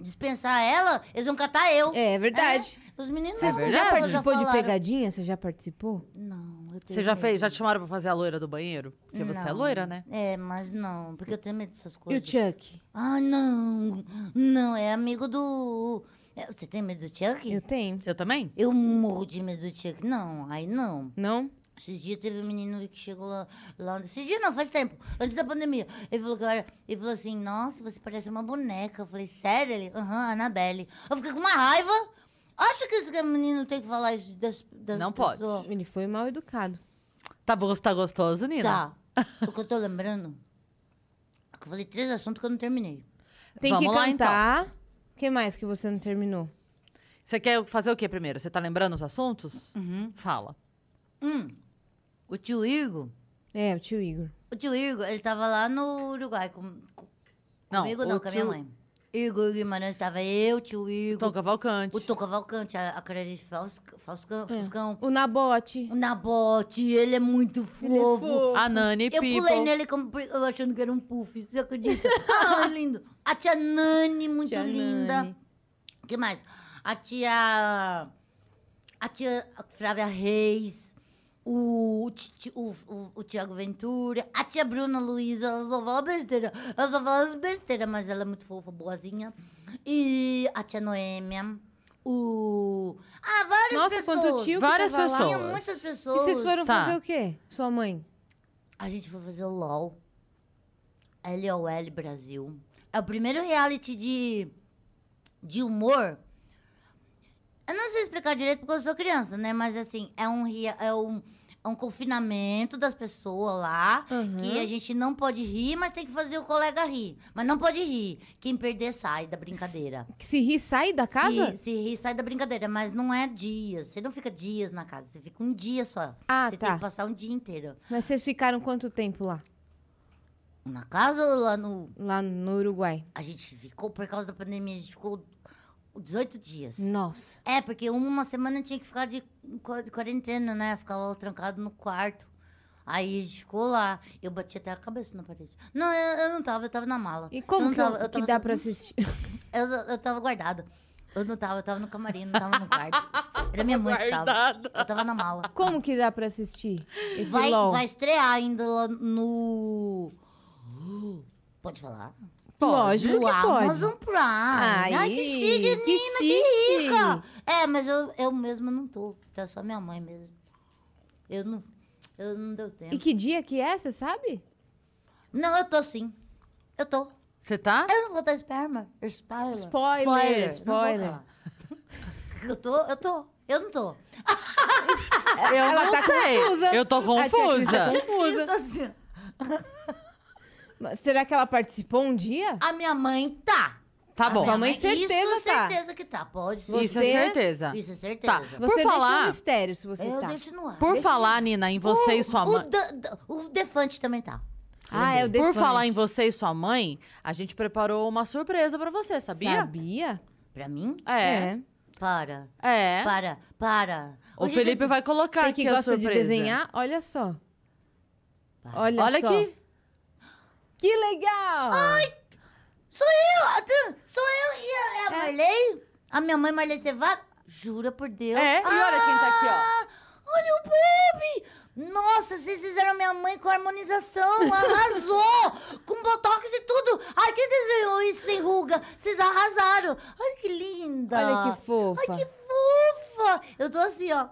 D: dispensar ela, eles vão catar eu.
C: É, é verdade.
D: É, os meninos
C: Você
D: da
B: verdade.
C: já
D: escola
C: participou de
D: falaram.
C: pegadinha? Você já participou?
D: Não, eu tenho
B: Você já
D: medo.
B: fez? Já te chamaram pra fazer a loira do banheiro? Porque você é
D: Não.
B: loira, né?
D: É, mas não, porque eu tenho medo dessas
C: E
D: coisas.
C: o Chuck?
D: Ah, não. Não, é amigo do... é, Você tem medo do Chuck?
C: Eu tenho.
B: Eu também?
D: Eu morro de medo do Chuck. Não, aí não.
C: Não?
D: Esses dias teve um menino que chegou lá, lá. Esses dias não, faz tempo, antes da pandemia. Ele falou que eu era- ele falou assim: Nossa, você parece uma boneca. Eu falei: Sério? Ele, aham, Anabelle. Eu fiquei com uma raiva. Acha que isso que é menino tem que falar isso das, das
B: Não pode.
D: pessoas?
C: Ele foi mal educado.
B: Tá, bom, tá gostoso, Nina?
D: Tá. o que eu tô lembrando é que eu falei três assuntos que eu não terminei.
C: Tem que
B: Vamos lá, então.
C: cantar. O que mais que você não terminou?
B: Você quer fazer o que primeiro? Você tá lembrando os assuntos? Uhum. Fala.
D: Hum, o tio Irgo.
C: É, o tio Igor.
D: O tio Irgo, ele tava lá no Uruguai com, com,
B: Não,
D: comigo,
B: o
D: não, com a minha
B: tio- Então,
D: mãe. Irgo Guimarães tava eu, tio Irgo.
B: Tom Cavalcante.
D: O Tom Cavalcante, a, a Clarice Falsca- Falscão, Fuscão,
C: O Nabote.
D: o Nabote, ele é muito fofo.
B: A Nani
D: Eu
B: People.
D: pulei nele como, pri- eu achando que era um puff, você acredita? ah, lindo. A tia Nani, muito
C: Tia
D: linda.
C: Nani.
D: O que mais? A tia... A tia Flávia Reis. O, ti- ti- o, o, o Tiago Ventura, a tia Bruna Luiza, ela só fala besteira. Ela só fala as besteiras, mas ela é muito fofa, boazinha. E a tia Noêmia. O. Ah, várias
C: Nossa,
D: pessoas.
C: quanto tio
B: Várias
C: que tava lá.
B: pessoas.
D: Tinha muitas
C: E
D: pessoas.
C: vocês foram
B: Tá.
C: fazer o quê? Sua mãe?
D: A gente foi fazer o LOL. LOL Brasil. É o primeiro reality de, de humor. Eu não sei explicar direito porque eu sou criança, né? Mas assim, é um, rea- é um, é um confinamento das pessoas lá.
C: Uhum.
D: Que a gente não pode rir, mas tem que fazer o colega rir. Mas não pode rir. Quem perder sai da brincadeira.
C: Que se ri, sai da casa?
D: Se, se rir, sai da brincadeira. Mas não é dias. Você não fica dias na casa. Você fica um dia só.
C: Ah,
D: você
C: tá.
D: tem que passar um dia inteiro.
C: Mas vocês ficaram quanto tempo lá?
D: Na casa ou lá no.
C: Lá no Uruguai?
D: A gente ficou, por causa da pandemia, a gente ficou 18 dias.
C: Nossa.
D: É, porque uma semana tinha que ficar de qua- de quarentena, né? Ficava trancado no quarto. Aí a gente ficou lá. Eu bati até a cabeça na parede. Não, eu, eu não tava, eu tava na mala.
C: E
D: eu
C: como
D: não
C: que, eu-
D: tava- eu
C: que
D: tava
C: dá
D: só-
C: pra assistir?
D: Eu, eu tava guardada. Eu não tava, eu tava no camarim, não tava no quarto. Era minha mãe que tava.
B: Guardada.
D: Eu tava na mala.
C: Como que dá pra assistir esse
D: Vai,
C: LOL?
D: vai estrear ainda lá no. Pode falar?
C: Lógico
D: no
C: que pode.
D: Amazon Prime. Ai, que
C: Aí,
D: chique,
C: que
D: Nina, que
C: chique.
D: rica. É, mas eu, eu mesma não tô. Tá só minha mãe mesmo. Eu não, eu não deu tempo.
C: E que dia que é, você sabe?
D: Não, eu tô sim. Eu tô.
B: Você tá?
D: Eu não vou dar esperma. Spoiler.
C: Spoiler,
D: Spoiler.
C: spoiler.
D: Não vou falar. eu tô, eu tô. Eu não tô.
B: Eu
C: Ela
B: não
C: tá
B: sei.
C: confusa.
B: Eu tô
C: A tia Cris tá
B: confusa.
D: Eu
C: confusa.
D: tô assim.
C: Mas Será que ela participou um dia?
D: A minha mãe tá.
B: Tá bom.
C: sua mãe certeza
D: Isso,
C: tá.
D: certeza que tá. Pode ser.
B: Isso é
C: Você-
B: certeza.
D: Isso é certeza.
B: Tá.
C: Você
B: Por
C: deixa um
B: falar,
C: mistério se você
D: eu
C: tá.
D: deixo no ar.
B: por
D: deixo no
B: falar, Nina, em você e sua mãe.
D: O, da- da- o Defante também tá.
C: Ah, é o
B: Por
C: Defante.
B: falar em você e sua mãe, a gente preparou uma surpresa pra você, sabia?
C: Sabia?
D: Pra mim?
B: É.
D: Para.
B: É.
D: Para. Para.
B: O
D: Hoje é
B: Felipe
D: eu-
B: vai colocar
C: Você
B: aqui
C: que
B: é a
C: gosta de
B: surpresa.
C: desenhar, olha só. Olha,
B: Olha
C: só.
B: aqui.
C: Que legal!
D: Sou eu! Sou eu e a, e a
C: É.
D: Marley? A minha mãe Marley Cevada? Jura por Deus.
B: É, e olha quem tá aqui, ó.
D: Ah, Olha o Bob! Nossa, vocês fizeram minha mãe com harmonização, arrasou! com botox e tudo! Ai, quem desenhou isso sem ruga? Vocês arrasaram! Olha que linda!
C: Olha que fofa.
D: tá. Ai, que fofa! Eu tô assim, ó.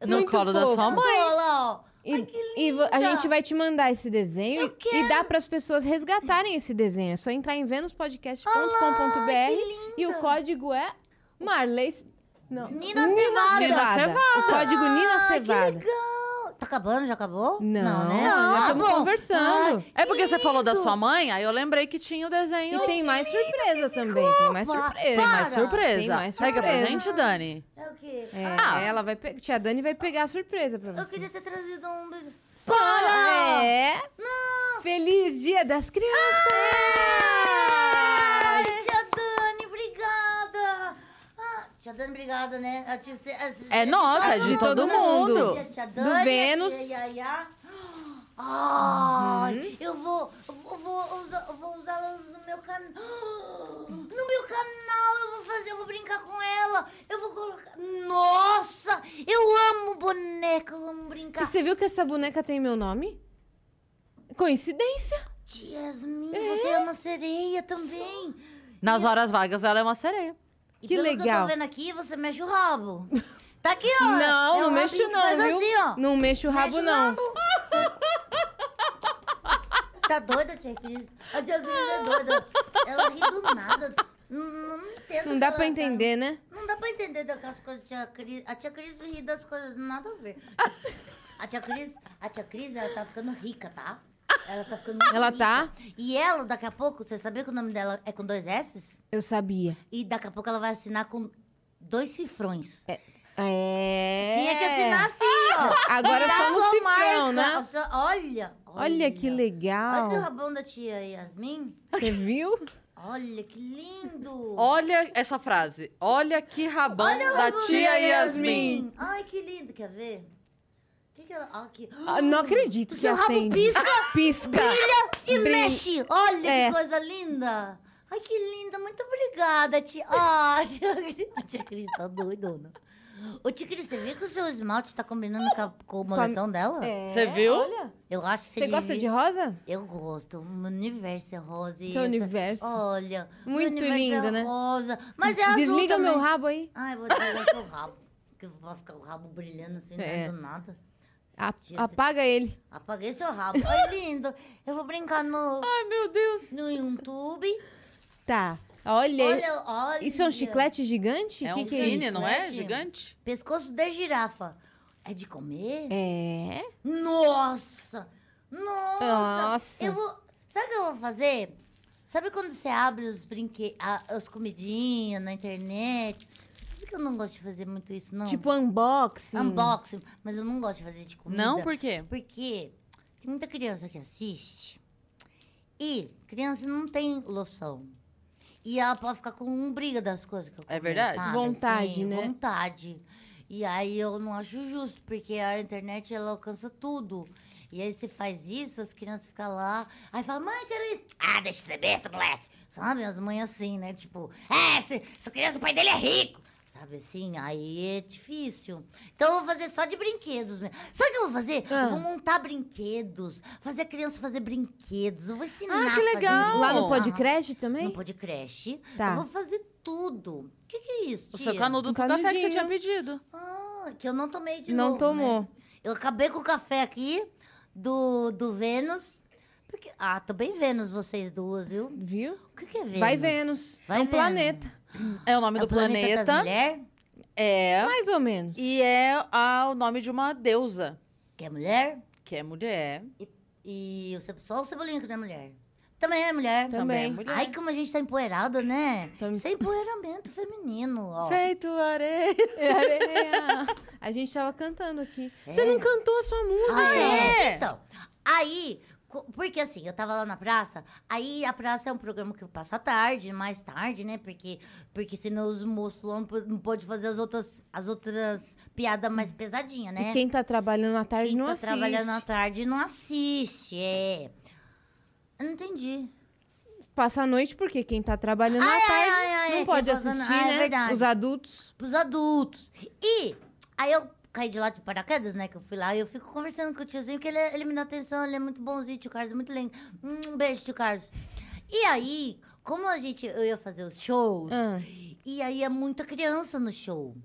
D: Eu
B: No
D: tô
B: colo da
D: fofa.
B: sua
D: Eu tô,
B: mãe.
D: olha lá, ó.
C: E,
D: Ai, que
C: e vo- a
D: linda.
C: gente vai te mandar esse desenho
D: Eu
C: e- e dá para as pessoas resgatarem esse desenho. É só entrar em venuspodcast.com.br
D: Olá, que
C: e o
D: linda.
C: código é Marley Não.
D: Nina Cevada. Ah,
B: Nina Cevada.
C: O código Nina Cevada.
D: Tá acabando? Já acabou?
C: Não,
D: né?
C: nós
D: Ah,
C: estamos
D: bom.
C: conversando.
D: Ai,
B: É porque você falou da sua mãe, aí eu lembrei que tinha o desenho.
C: E tem mais surpresa também. Tem mais
D: roupa.
C: surpresa.
B: Tem mais
D: Para.
B: surpresa.
C: Tem mais
B: Pega pra
C: surpresa.
B: gente, Dani.
D: É o quê?
C: É,
B: Ah.
C: ela vai pegar. Tia Dani vai pegar a surpresa pra
D: Eu
C: você.
D: queria ter trazido um... bebê.
C: Para! É? Não! Feliz Dia das
D: Ai,
C: Crianças!
D: tia Dani, obrigada! Ah, tia Dani, obrigada, né? A tia, a- a-
B: É nossa, é de todo mundo.
D: Tia- tia
C: Do
D: Dani, a tia
C: Vênus.
D: Yaya. Ai,
B: Uhum.
D: eu vou, eu vou- eu vou usar, eu vou usar elas no meu canal. No meu canal eu vou fazer, eu vou brincar com ela. Eu vou colocar. Nossa, eu amo boneca, eu amo
C: E
D: brincar.
C: você viu que essa boneca tem meu nome? Coincidência?
D: Jasmine, você é uma sereia também.
B: Nas horas vagas, ela é uma sereia.
D: E
C: Que
D: pelo que eu tô
C: legal.
D: vendo aqui, você mexe o rabo. Tá aqui, ó.
C: Não,
D: É um
C: não mexo
D: rabinho que
C: não,
D: faz
C: viu?
D: assim, ó.
C: Não mexo o rabo,
D: Mexe o
C: não.
D: rabo. Tá doida, tia Cris? A tia Cris é doida. Ela ri do nada. Não, não entendo.
C: Não dá
D: que
C: pra
D: ela-
C: entender, né?
D: Não dá pra entender daquelas coisas da tia Cris. A tia Cris ri das coisas nada a ver. A tia Cris, a tia Cris, ela tá ficando rica, tá? Ela tá ficando muito
C: Ela
D: rica.
C: tá?
D: E ela, daqui a pouco, você sabia que o nome dela é com dois S's?
C: Eu sabia.
D: E daqui a pouco ela vai assinar com dois cifrões.
C: É.
D: Tinha que assinar assim, ó.
C: Agora é
D: Virar
C: só no
D: sua
C: cifrão,
D: marca.
C: né?
D: Só- Olha,
C: Olha que legal.
D: Olha o rabão da tia Yasmin.
C: Você viu?
D: Olha que lindo.
B: Olha essa frase. Olha que rabão
D: Olha o
B: da
D: rabão
B: tia
D: da
B: Yasmin.
D: Ai, que lindo. Quer ver? Que que ela... ah, que-
C: Ah, não acredito
D: O
C: que
D: seu rabo
C: acende.
D: pisca,
C: pisca.
D: E
C: Brilha.
D: mexe. Olha
C: É.
D: que coisa linda. Ai, que linda. Muito obrigada, tia. Ah, a tia, Cris- a tia Cris tá doidona. Ô, tia Cris, você viu que o seu esmalte tá combinando com, a- com o moletom dela?
C: É,
B: Você viu?
C: Olha.
D: Eu acho que você
C: Você gosta de
D: devia-
C: rosa?
D: Eu gosto. O meu universo é rosa. e
C: Seu
D: essa-
C: universo.
D: Olha. meu
C: Muito
D: universo
C: lindo,
D: é
C: né?
D: rosa. Mas é azul
C: Desliga
D: também.
C: meu rabo aí.
D: Ai, vou desligar seu rabo. Porque vai ficar o rabo brilhando assim,
B: É.
D: né, do nada.
C: A-
D: Jesus.
C: apaga ele.
D: Apaguei seu rabo. Ai, lindo. Eu vou brincar no,
B: Ai, meu Deus.
D: no YouTube.
C: Tá. Olha.
D: Olha, olha.
C: Isso é um chiclete gigante?
B: É
C: que
B: um
C: que é
B: fine,
C: isso?
B: não é?
D: Gente.
B: Gigante.
D: Pescoço da girafa. É de comer?
C: É.
D: Nossa! Nossa!
C: Nossa.
D: Eu vou... Sabe o que eu vou fazer? Sabe quando você abre os brinque... a- as comidinhas na internet? Você sabe que eu não gosto de fazer muito isso, não?
C: Tipo unboxing.
D: Unboxing. Mas eu não gosto de fazer de comida.
B: Não, por quê?
D: Porque tem muita criança que assiste e criança não tem loção. E ela pode ficar com um briga das coisas que eu
B: É
D: comer,
B: verdade.
D: sabe?
C: Vontade,
D: Assim,
C: né?
D: Vontade. E aí eu não acho justo, porque a internet ela alcança tudo. E aí você faz isso, as crianças ficam lá. Aí fala, mãe, quero isso. Ah, deixa de ser besta, moleque. Sabe? As mães assim, né? Tipo, é, essa, essa criança, o pai dele é rico. Sabe assim? Aí é difícil. Então eu vou fazer só de brinquedos mesmo. Sabe o que eu vou fazer?
C: Ah.
D: Eu vou montar brinquedos. Fazer a criança fazer brinquedos. Eu vou ensinar.
B: Ah, que
D: a fazer
B: legal.
D: brinquedos.
C: Lá no
B: Não.
C: podcast também?
D: No podcast.
C: Tá.
D: Eu vou fazer tudo. O que, que é isso,
B: O
D: tia?
B: seu canudo
C: Um
B: do café que você
C: canudinho.
B: tinha pedido.
D: Ah, que eu não tomei de
C: Não
D: novo,
C: tomou.
D: né? Eu acabei com o café aqui do, do Vênus. Porque... Ah, também Vênus vocês duas, viu?
C: Viu?
D: O que, que é Vênus?
C: Vai Vênus.
D: Vai
C: é um
D: Vênus.
C: planeta.
B: É o nome
D: É
B: do
D: o planeta, das
B: planeta.
D: mulher?
B: É.
C: Mais ou menos.
B: E é a- o nome de uma deusa,
D: Que é mulher?
B: que é mulher.
D: E o ce- só o Cebolinha que não é mulher. Também é mulher.
C: Também.
B: Também é mulher.
D: Ai, como a gente tá empoeirada, né?
C: Tam-
D: Isso é empoeiramento feminino, ó.
B: Feito areia.
C: Areia. A gente tava cantando aqui. Você
D: É.
C: não cantou a sua música.
D: Ah,
B: é?
D: Então, aí, co- porque assim, eu tava lá na praça, aí a praça é um programa que passa à tarde, mais tarde, né? Porque, porque senão os moços lá não po- não podem fazer as outras, as outras piadas mais pesadinhas, né?
C: E quem tá trabalhando à tarde
D: Quem
C: não
D: tá
C: assiste.
D: trabalhando à tarde não assiste, é. Eu não entendi.
C: Passa a noite porque quem tá trabalhando
D: Ai,
C: à
D: ai,
C: tarde
D: ai, ai,
C: não
D: quem
C: pode
D: passando-
C: assistir,
D: Ah, é
C: né?
D: verdade.
C: Os adultos.
D: pros adultos. E aí eu caí de lá de paraquedas, né? Que eu fui lá e eu fico conversando com o tiozinho, que ele, é- ele me dá atenção, ele é muito bonzinho, tio Carlos, é muito lindo. Hum, Um beijo, tio Carlos. E aí, como a gente, eu ia fazer os shows,
C: Ah.
D: e aí é muita criança no show.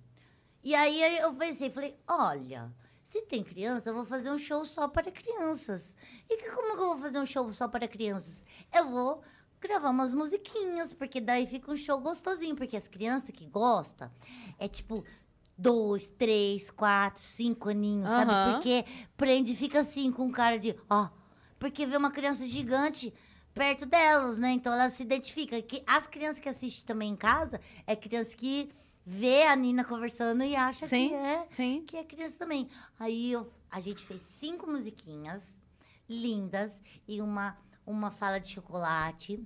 D: E aí aí eu pensei, falei, olha, se tem criança, eu vou fazer um show só para crianças. E que- como que eu vou fazer um show só para crianças? Eu vou gravar umas musiquinhas, porque daí fica um show gostosinho, porque as crianças que gostam é tipo dois, três, quatro, cinco aninhos, sabe?
B: Aham.
D: Porque prende e fica assim, com cara de ó. Porque vê uma criança gigante perto delas, né? Então ela se identifica. Que as crianças que assistem também em casa é criança que vê a Nina conversando e acha
B: Sim,
D: que é
B: sim.
D: que é criança também. Aí eu- a gente fez cinco musiquinhas lindas e uma, uma fala de chocolate.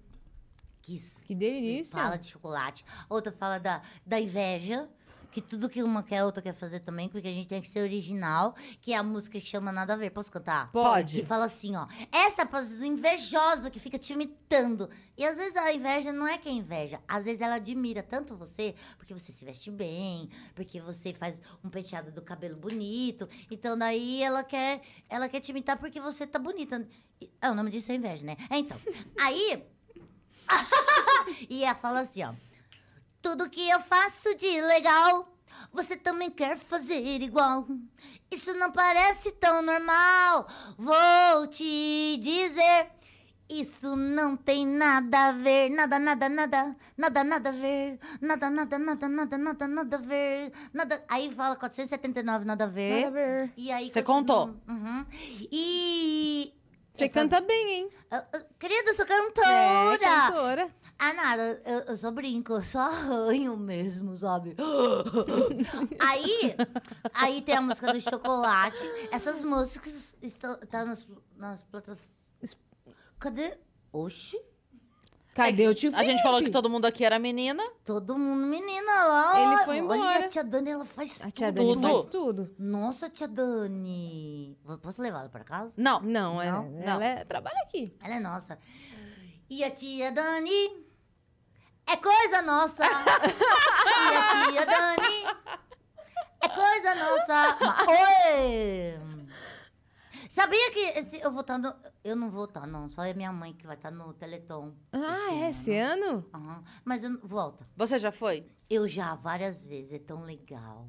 D: Que, s-
C: Que delícia.
D: Fala de chocolate. Outra fala da, da inveja. Que tudo que uma quer, a outra quer fazer também, porque a gente tem que ser original, que é a música que chama Nada a Ver. Posso cantar?
B: Pode.
D: Que fala assim, ó. Essa é invejosa que fica te imitando. E às vezes a inveja não é que é inveja. Às vezes ela admira tanto você, porque você se veste bem, porque você faz um penteado do cabelo bonito. Então daí ela quer, ela quer te imitar porque você tá bonita. E- Ah, o nome disso é inveja, né? É, então. Aí. e ela fala assim, ó. Tudo que eu faço de legal, você também quer fazer igual. Isso não parece tão normal. Vou te dizer. Isso não tem nada a ver, nada, nada, nada, nada, nada a ver, nada, nada, nada, nada, nada, nada a ver, nada. Aí fala 479, nada a ver.
C: Nada a ver.
D: E aí
B: Você
D: continua.
B: contou.
D: Uhum. E
C: Você
D: essas-
C: canta bem, hein?
D: ah, ah, Querida, eu sou
C: É,
D: cantora!
C: cantora.
D: Ah, nada, eu, eu só brinco, eu só arranho mesmo, sabe? aí, aí tem a música do chocolate. Essas músicas estão tá nas, nas plataformas. Cadê? Oxi,
C: Cadê o tio
B: A gente falou que
C: Felipe?
B: todo mundo aqui era menina.
D: todo mundo, menina lá.
C: Ele
D: olha-
C: foi
D: Olha,
C: embora.
D: a tia Dani, ela faz
C: A tia
D: tudo.
C: Dani
B: Tudo.
C: faz tudo.
D: Nossa, tia Dani. Vou- Posso levá-la pra casa?
B: Não.
C: Não, ela,
D: Não,
C: ela é- trabalha aqui.
D: Ela é nossa. E a tia Dani é coisa nossa. e a tia Dani é coisa nossa. Ma- Oi! Sabia que esse- eu vou estar no. Eu não vou estar, não. Só é minha mãe que vai estar no Teleton.
C: Ah, é esse ano?
D: Aham. Mas eu, não- volta.
B: Você já foi?
D: Eu já várias vezes, é tão legal,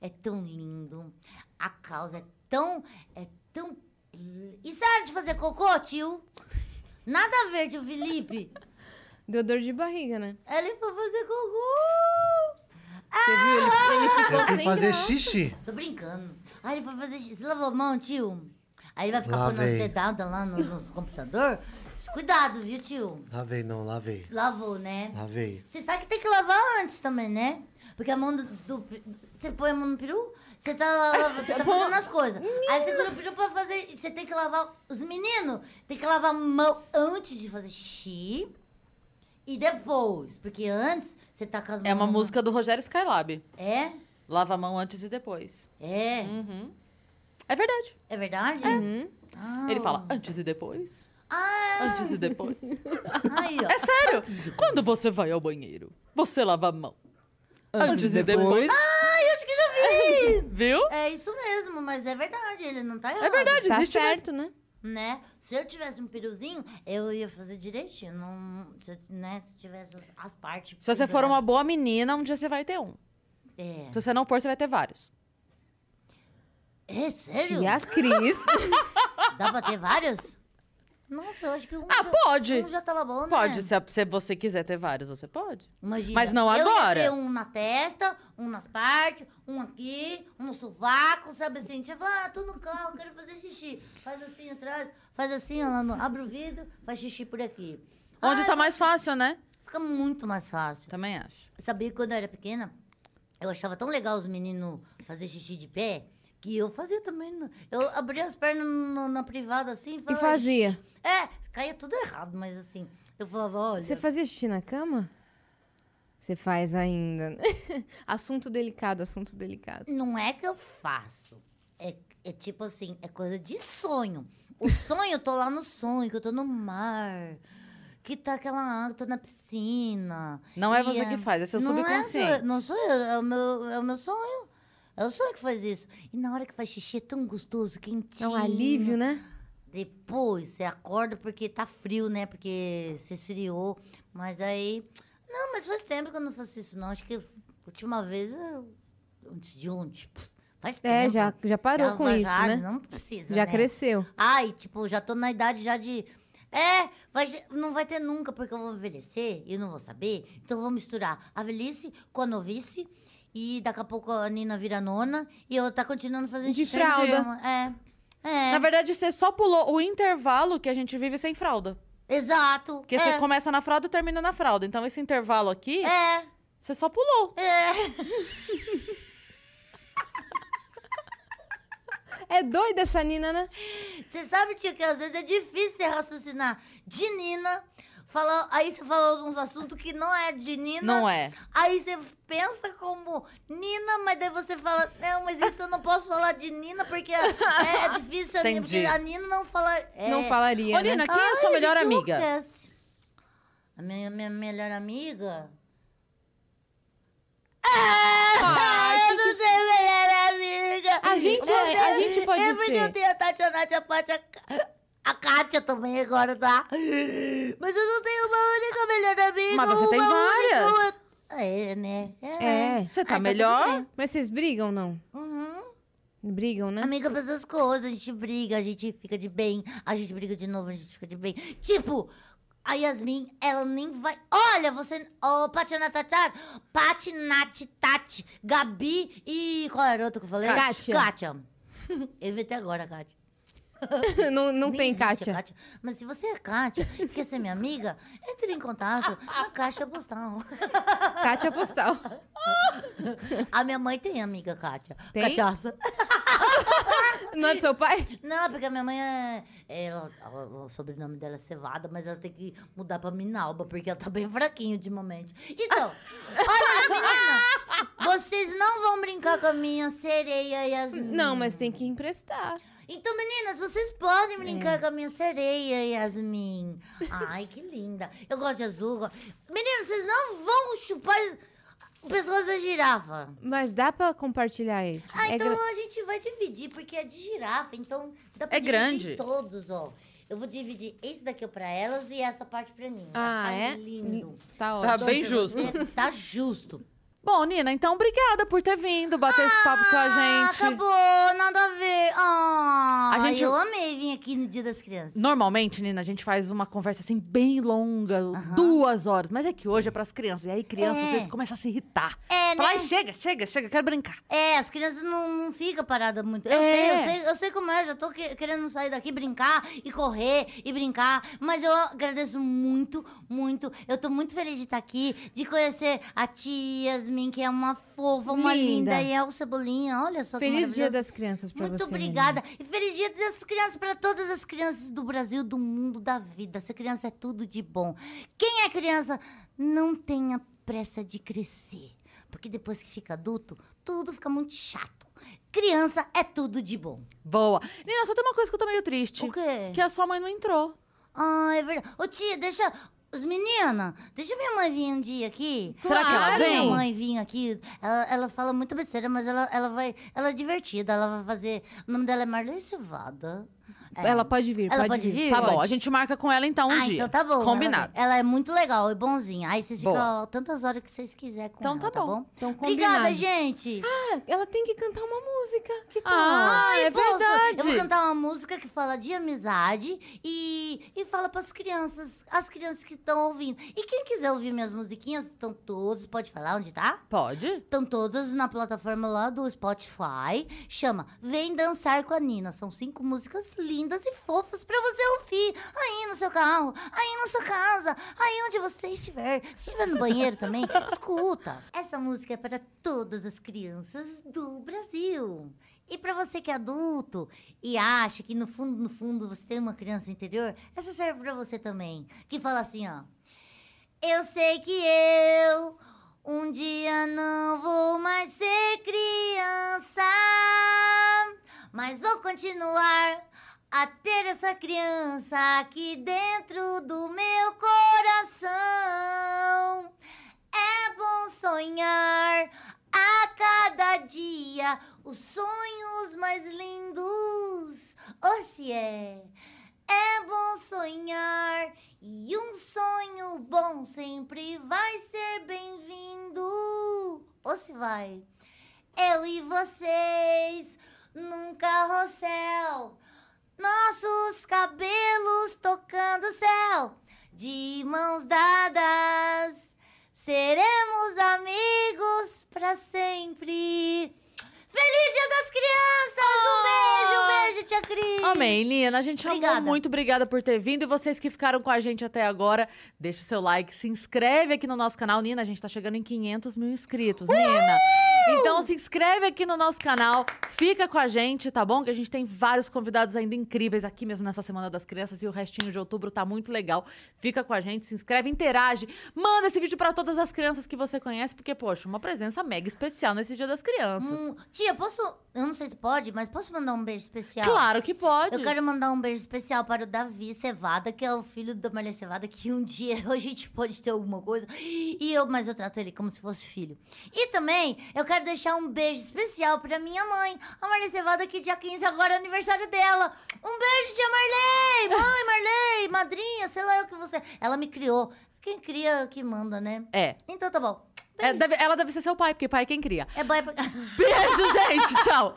D: é tão lindo, a causa é tão, é tão... E sabe de fazer cocô, tio? Nada a ver, tio Felipe.
C: Deu dor de barriga, né?
D: Ele foi fazer cocô.
C: Você viu? Ele, ele ficou
E: Eu fui
C: sem
E: fazer
C: graça.
E: xixi.
D: Tô brincando. Aí ele foi fazer... xixi. Você lavou a mão, tio? Aí ele vai ficar
E: Lá
D: pondo as
E: vem.
D: dedadas lá no, nos computador. Cuidado, viu, tio?
E: Lavei não, lavei.
D: Lavou, né?
E: Lavei.
D: Você sabe que tem que lavar antes também, né? Porque a mão do. do- você põe a mão no peru, você tá, lá- você tá fazendo as coisas. Aí você põe o peru pra fazer. Você tem que lavar. Os meninos tem que lavar a mão antes de fazer xixi e depois. Porque antes você tá com as mãos.
B: É uma música do Rogério Skylab.
D: É?
B: Lava a mão antes e depois.
D: É.
B: É verdade.
D: É verdade?
B: Uhum.
D: Ah.
B: Ele fala antes e depois.
D: Ah,
B: Antes e depois.
D: aí, ó.
B: É sério. Quando você vai ao banheiro, você lava a mão. Antes, e depois.
D: Ai, acho que já vi!
B: Viu?
D: é isso mesmo, mas é verdade, ele não tá errado.
B: É verdade,
C: Tá
B: existe mesmo.
C: certo, né?
D: né? Se eu tivesse um peruzinho, eu ia fazer direitinho. Não, se, eu, né? se eu tivesse as- as partes.
B: Se você for uma boa menina, um dia você vai ter um.
D: É.
B: Se você não for, você vai ter vários.
D: É sério?
C: Tia Cris.
D: Dá pra ter vários? Nossa, eu acho que um.
B: Ah,
D: já,
B: pode.
D: Um já tava bom, né?
B: Pode. Se, a- se você quiser ter vários, você pode.
D: Imagina.
B: Mas não agora.
D: Eu ia ter um na testa, um nas partes, um aqui, um no sovaco, sabe assim? Tinha falar, ah, tô no carro, quero fazer xixi. Faz assim atrás, faz assim, ó, lá no- abre o vidro, faz xixi por aqui.
B: Onde
D: Ai,
B: tá mais fácil, né?
D: Fica muito mais fácil.
B: Também acho.
D: Sabia que quando eu era pequena, eu achava tão legal os meninos fazer xixi de pé, que eu fazia também. né? Eu abria as pernas no- na privada assim
C: E
D: falava,
C: fazia.
D: É, caía tudo errado, mas assim, eu falava, olha.
C: Você fazia xixi na cama? Você faz ainda. né? assunto delicado, assunto delicado.
D: Não é que eu faço. É, é tipo assim, é coisa de sonho. O sonho, eu tô lá no sonho, que eu tô no mar. Que tá aquela água, tô na piscina.
B: Não é
D: E
B: você que faz, é seu
D: não É,
B: subconsciente.
D: sou- não sou eu, é o, meu, é o meu sonho. É o sonho que faz isso. E na hora que faz xixi é tão gostoso,
C: É
D: quentinho.
C: um alívio, né?
D: Depois você acorda porque tá frio, né? Porque se esfriou. Mas aí. Não, mas faz tempo que eu não faço isso, não. Acho que a última vez eu- antes de ontem. Pff, Faz tempo.
C: É, já, já parou
D: Já-
C: com
D: mas
C: isso,
D: já
C: né?
D: Não precisa.
C: Já
D: né?
C: cresceu.
D: Ai, tipo, já tô na idade já de. É, vai ser- não vai ter nunca, porque eu vou envelhecer e eu não vou saber. Então eu vou misturar a velhice com a novice. E daqui a pouco a Nina vira nona e eu tá continuando fazendo
C: De
D: xixi.
C: fralda.
D: É. É.
G: Na verdade, você só pulou o intervalo que a gente vive sem fralda.
D: Exato.
G: Porque
D: é.
G: você começa na fralda e termina na fralda. Então esse intervalo aqui,
D: É.
G: você só pulou.
C: É doida essa Nina, né?
D: Você sabe, tia, que às vezes é difícil você raciocinar de Nina. Fala, aí você falou uns assuntos que não é de Nina.
G: Não é.
D: Aí você pensa como Nina, mas daí você fala, não, mas isso eu não posso falar de Nina, porque é, é difícil a Nina, porque
G: Entendi.
D: a Nina não fala. É,
C: Não falaria,
G: Ô, Nina,
C: né?
G: quem é a sua
D: Ai,
G: melhor
D: gente,
G: amiga?
D: enlouquece. A minha, minha melhor amiga? Ah, eu não tenho melhor amiga!
C: A gente é-
D: Você-
C: a gente pode
D: é porque
C: ser.
D: eu tenho a Tati, a Nath, a Paty, a, Ca- a Kátia também agora, tá? Mas eu não tenho uma única melhor amiga.
G: Mas você tem
D: uma única-
G: várias.
D: É, né?
C: É.
G: Você tá
D: Ai, tá
G: melhor?
D: tudo
C: Mas vocês brigam, não?
D: Uhum.
C: Brigam, né?
D: Amiga, pra essas coisas, a gente briga, a gente fica de bem, a gente briga de novo, a gente fica de bem. Tipo, a Yasmin, ela nem vai. Olha, você. Ô, oh, Patinatatat, Patinati Tati, Gabi e. Qual era o outro que eu falei?
C: Kátia.
D: Kátia. Eu inventei agora, Kátia.
C: não não
D: Nem
C: tem,
D: existe a
C: Kátia.
D: Mas se você é Kátia e quer ser minha amiga, entre em contato na caixa postal.
C: Kátia Postal.
D: A minha mãe tem amiga, Kátia.
C: Tem?
D: Cachaça.
C: Não é do seu pai?
D: Não, porque a minha mãe é. Ela, ela- o sobrenome dela é Cevada, mas ela tem que mudar pra Minalba, porque ela tá bem fraquinha ultimamente. Então, olha, menina! Vocês não vão brincar com a minha sereia e as.
C: Não, mas tem que emprestar.
D: Então, meninas, vocês podem brincar com a minha sereia, Yasmin. Ai, que linda. Eu gosto de azul. go- Meninas, vocês não vão chupar o pescoço da girafa.
C: Mas dá pra compartilhar esse.
D: Ah,
C: É
D: então
C: gra-
D: a gente vai dividir, porque é de girafa, então dá pra
G: É
D: dividir
G: grande.
D: todos, ó. Eu vou dividir esse daqui pra elas e essa parte pra mim. Vai
C: Ah,
D: ficar
C: é?
D: lindo.
C: Tá
G: Tá
C: ótimo.
G: bem
D: Pra
G: justo.
D: você, Tá justo.
G: Bom, Nina, então obrigada por ter vindo bater esse papo com a
D: Ah,
G: gente.
D: acabou, nada a ver. Ah,
G: A gente-
D: eu amei vir aqui no Dia das Crianças.
G: Normalmente, Nina, a gente faz uma conversa assim bem longa, duas horas. Mas é que hoje é pras crianças. E aí, crianças,
D: É.
G: às vezes, começam a se irritar. Fala,
D: É, né?
G: "Ai, chega, chega, chega, quero brincar.
D: É, as crianças não, não ficam paradas muito.
G: É.
D: Eu sei, eu sei, eu sei como é, eu já tô que- querendo sair daqui, brincar e correr e brincar. Mas eu agradeço muito, muito. Eu tô muito feliz de estar aqui, de conhecer a tia Yasmin, que é uma fofa, uma linda,
C: Linda.
D: e é o Cebolinha. Olha só que
C: Tá Feliz Dia
D: maravilhoso.
C: das Crianças pra
D: Muito
C: você. menina.
D: obrigada. E feliz dia das crianças para todas as crianças do Brasil, do mundo, da vida. Ser criança é tudo de bom. Quem é criança, não tenha pressa de crescer. Porque depois que fica adulto, tudo fica muito chato. Criança é tudo de bom.
G: Boa. Nina, só tem uma coisa que eu tô meio triste.
D: O quê?
G: Tipo Que a sua mãe não entrou.
D: Ah, é verdade. Ô tia, deixa. Os meninas, deixa minha mãe vir um dia aqui.
G: Será que ela
D: Deixa
G: vem?
D: Minha mãe vir aqui. Ela, ela fala muita besteira, mas ela, ela vai. Ela é divertida. Ela vai fazer. O nome dela é Marlene Silvada. É.
C: Ela pode vir,
D: Ela
C: pode,
D: pode vir?
G: Tá bom,
D: Pode.
G: a gente marca com ela então um
D: ah,
G: dia.
D: então tá bom. ela
G: Combinado.
D: vem. Ela, é muito legal e bonzinha. Aí vocês
G: Boa.
D: ficam tantas horas que vocês quiserem com
G: Então
D: ela,
G: tá bom.
C: Então, combinado.
D: Obrigada, gente.
C: Ah, ela tem que cantar uma música. Que tal?
G: Ah, é
D: posso? Eu vou
G: verdade.
D: cantar uma música que fala de amizade e, e fala pras crianças, as crianças que estão ouvindo. E quem quiser ouvir minhas musiquinhas, estão todos, pode falar onde tá?
G: Pode?
D: Estão todas na plataforma lá do Spotify. Chama Vem Dançar com a Nina. São cinco músicas lindas e fofas pra você ouvir. Aí no seu carro, aí na sua casa, aí onde você estiver. Se estiver no banheiro também, escuta. Essa música é para todas as crianças do Brasil. E pra você que é adulto e acha que no fundo, no fundo, você tem uma criança interior, essa serve pra você também. Que fala assim, ó. Eu sei que eu um dia não vou mais ser criança, mas vou continuar a ter essa criança aqui dentro do meu coração. É bom sonhar a cada dia os sonhos mais lindos. Hoje é. É bom sonhar e um sonho bom sempre vai ser bem-vindo. Ou se vai. Eu e vocês num carrossel, Nossos cabelos tocando o céu, de mãos dadas, seremos amigos pra sempre. Feliz Dia das Crianças! Um beijo, um beijo, tia Cris!
B: Amém, Nina. A gente amou
D: Obrigada.
B: muito. Obrigada por ter vindo. E vocês que ficaram com a gente até agora, deixa o seu like, se inscreve aqui no nosso canal. Nina, a gente tá chegando em 500 mil inscritos, Nina. Então se inscreve aqui no nosso canal, fica com a gente, tá bom? Que a gente tem vários convidados ainda incríveis aqui mesmo nessa Semana das Crianças e o restinho de outubro tá muito legal. Fica com a gente, se inscreve, interage, manda esse vídeo pra todas as crianças que você conhece, porque poxa, uma presença mega especial nesse Dia das Crianças.
D: Hum, tia, posso. Eu não sei se pode, mas posso mandar um beijo especial?
B: Claro que pode.
D: Eu quero mandar um beijo especial para o Davi Cevada, que é o filho da Maria Cevada, que um dia a gente pode ter alguma coisa. E eu, mas eu trato ele como se fosse filho. E também eu quero deixar um beijo especial para minha mãe, a Maria Cevada, que dia 15 agora é aniversário dela. Um beijo, tia Marley! Mãe, Marley, madrinha, sei lá o que você. Ela me criou. Quem cria que manda, né?
B: É.
D: Então tá bom.
B: É, deve- ela deve ser seu pai, porque pai é quem cria.
D: É bom. É...
B: Beijo, gente. Tchau.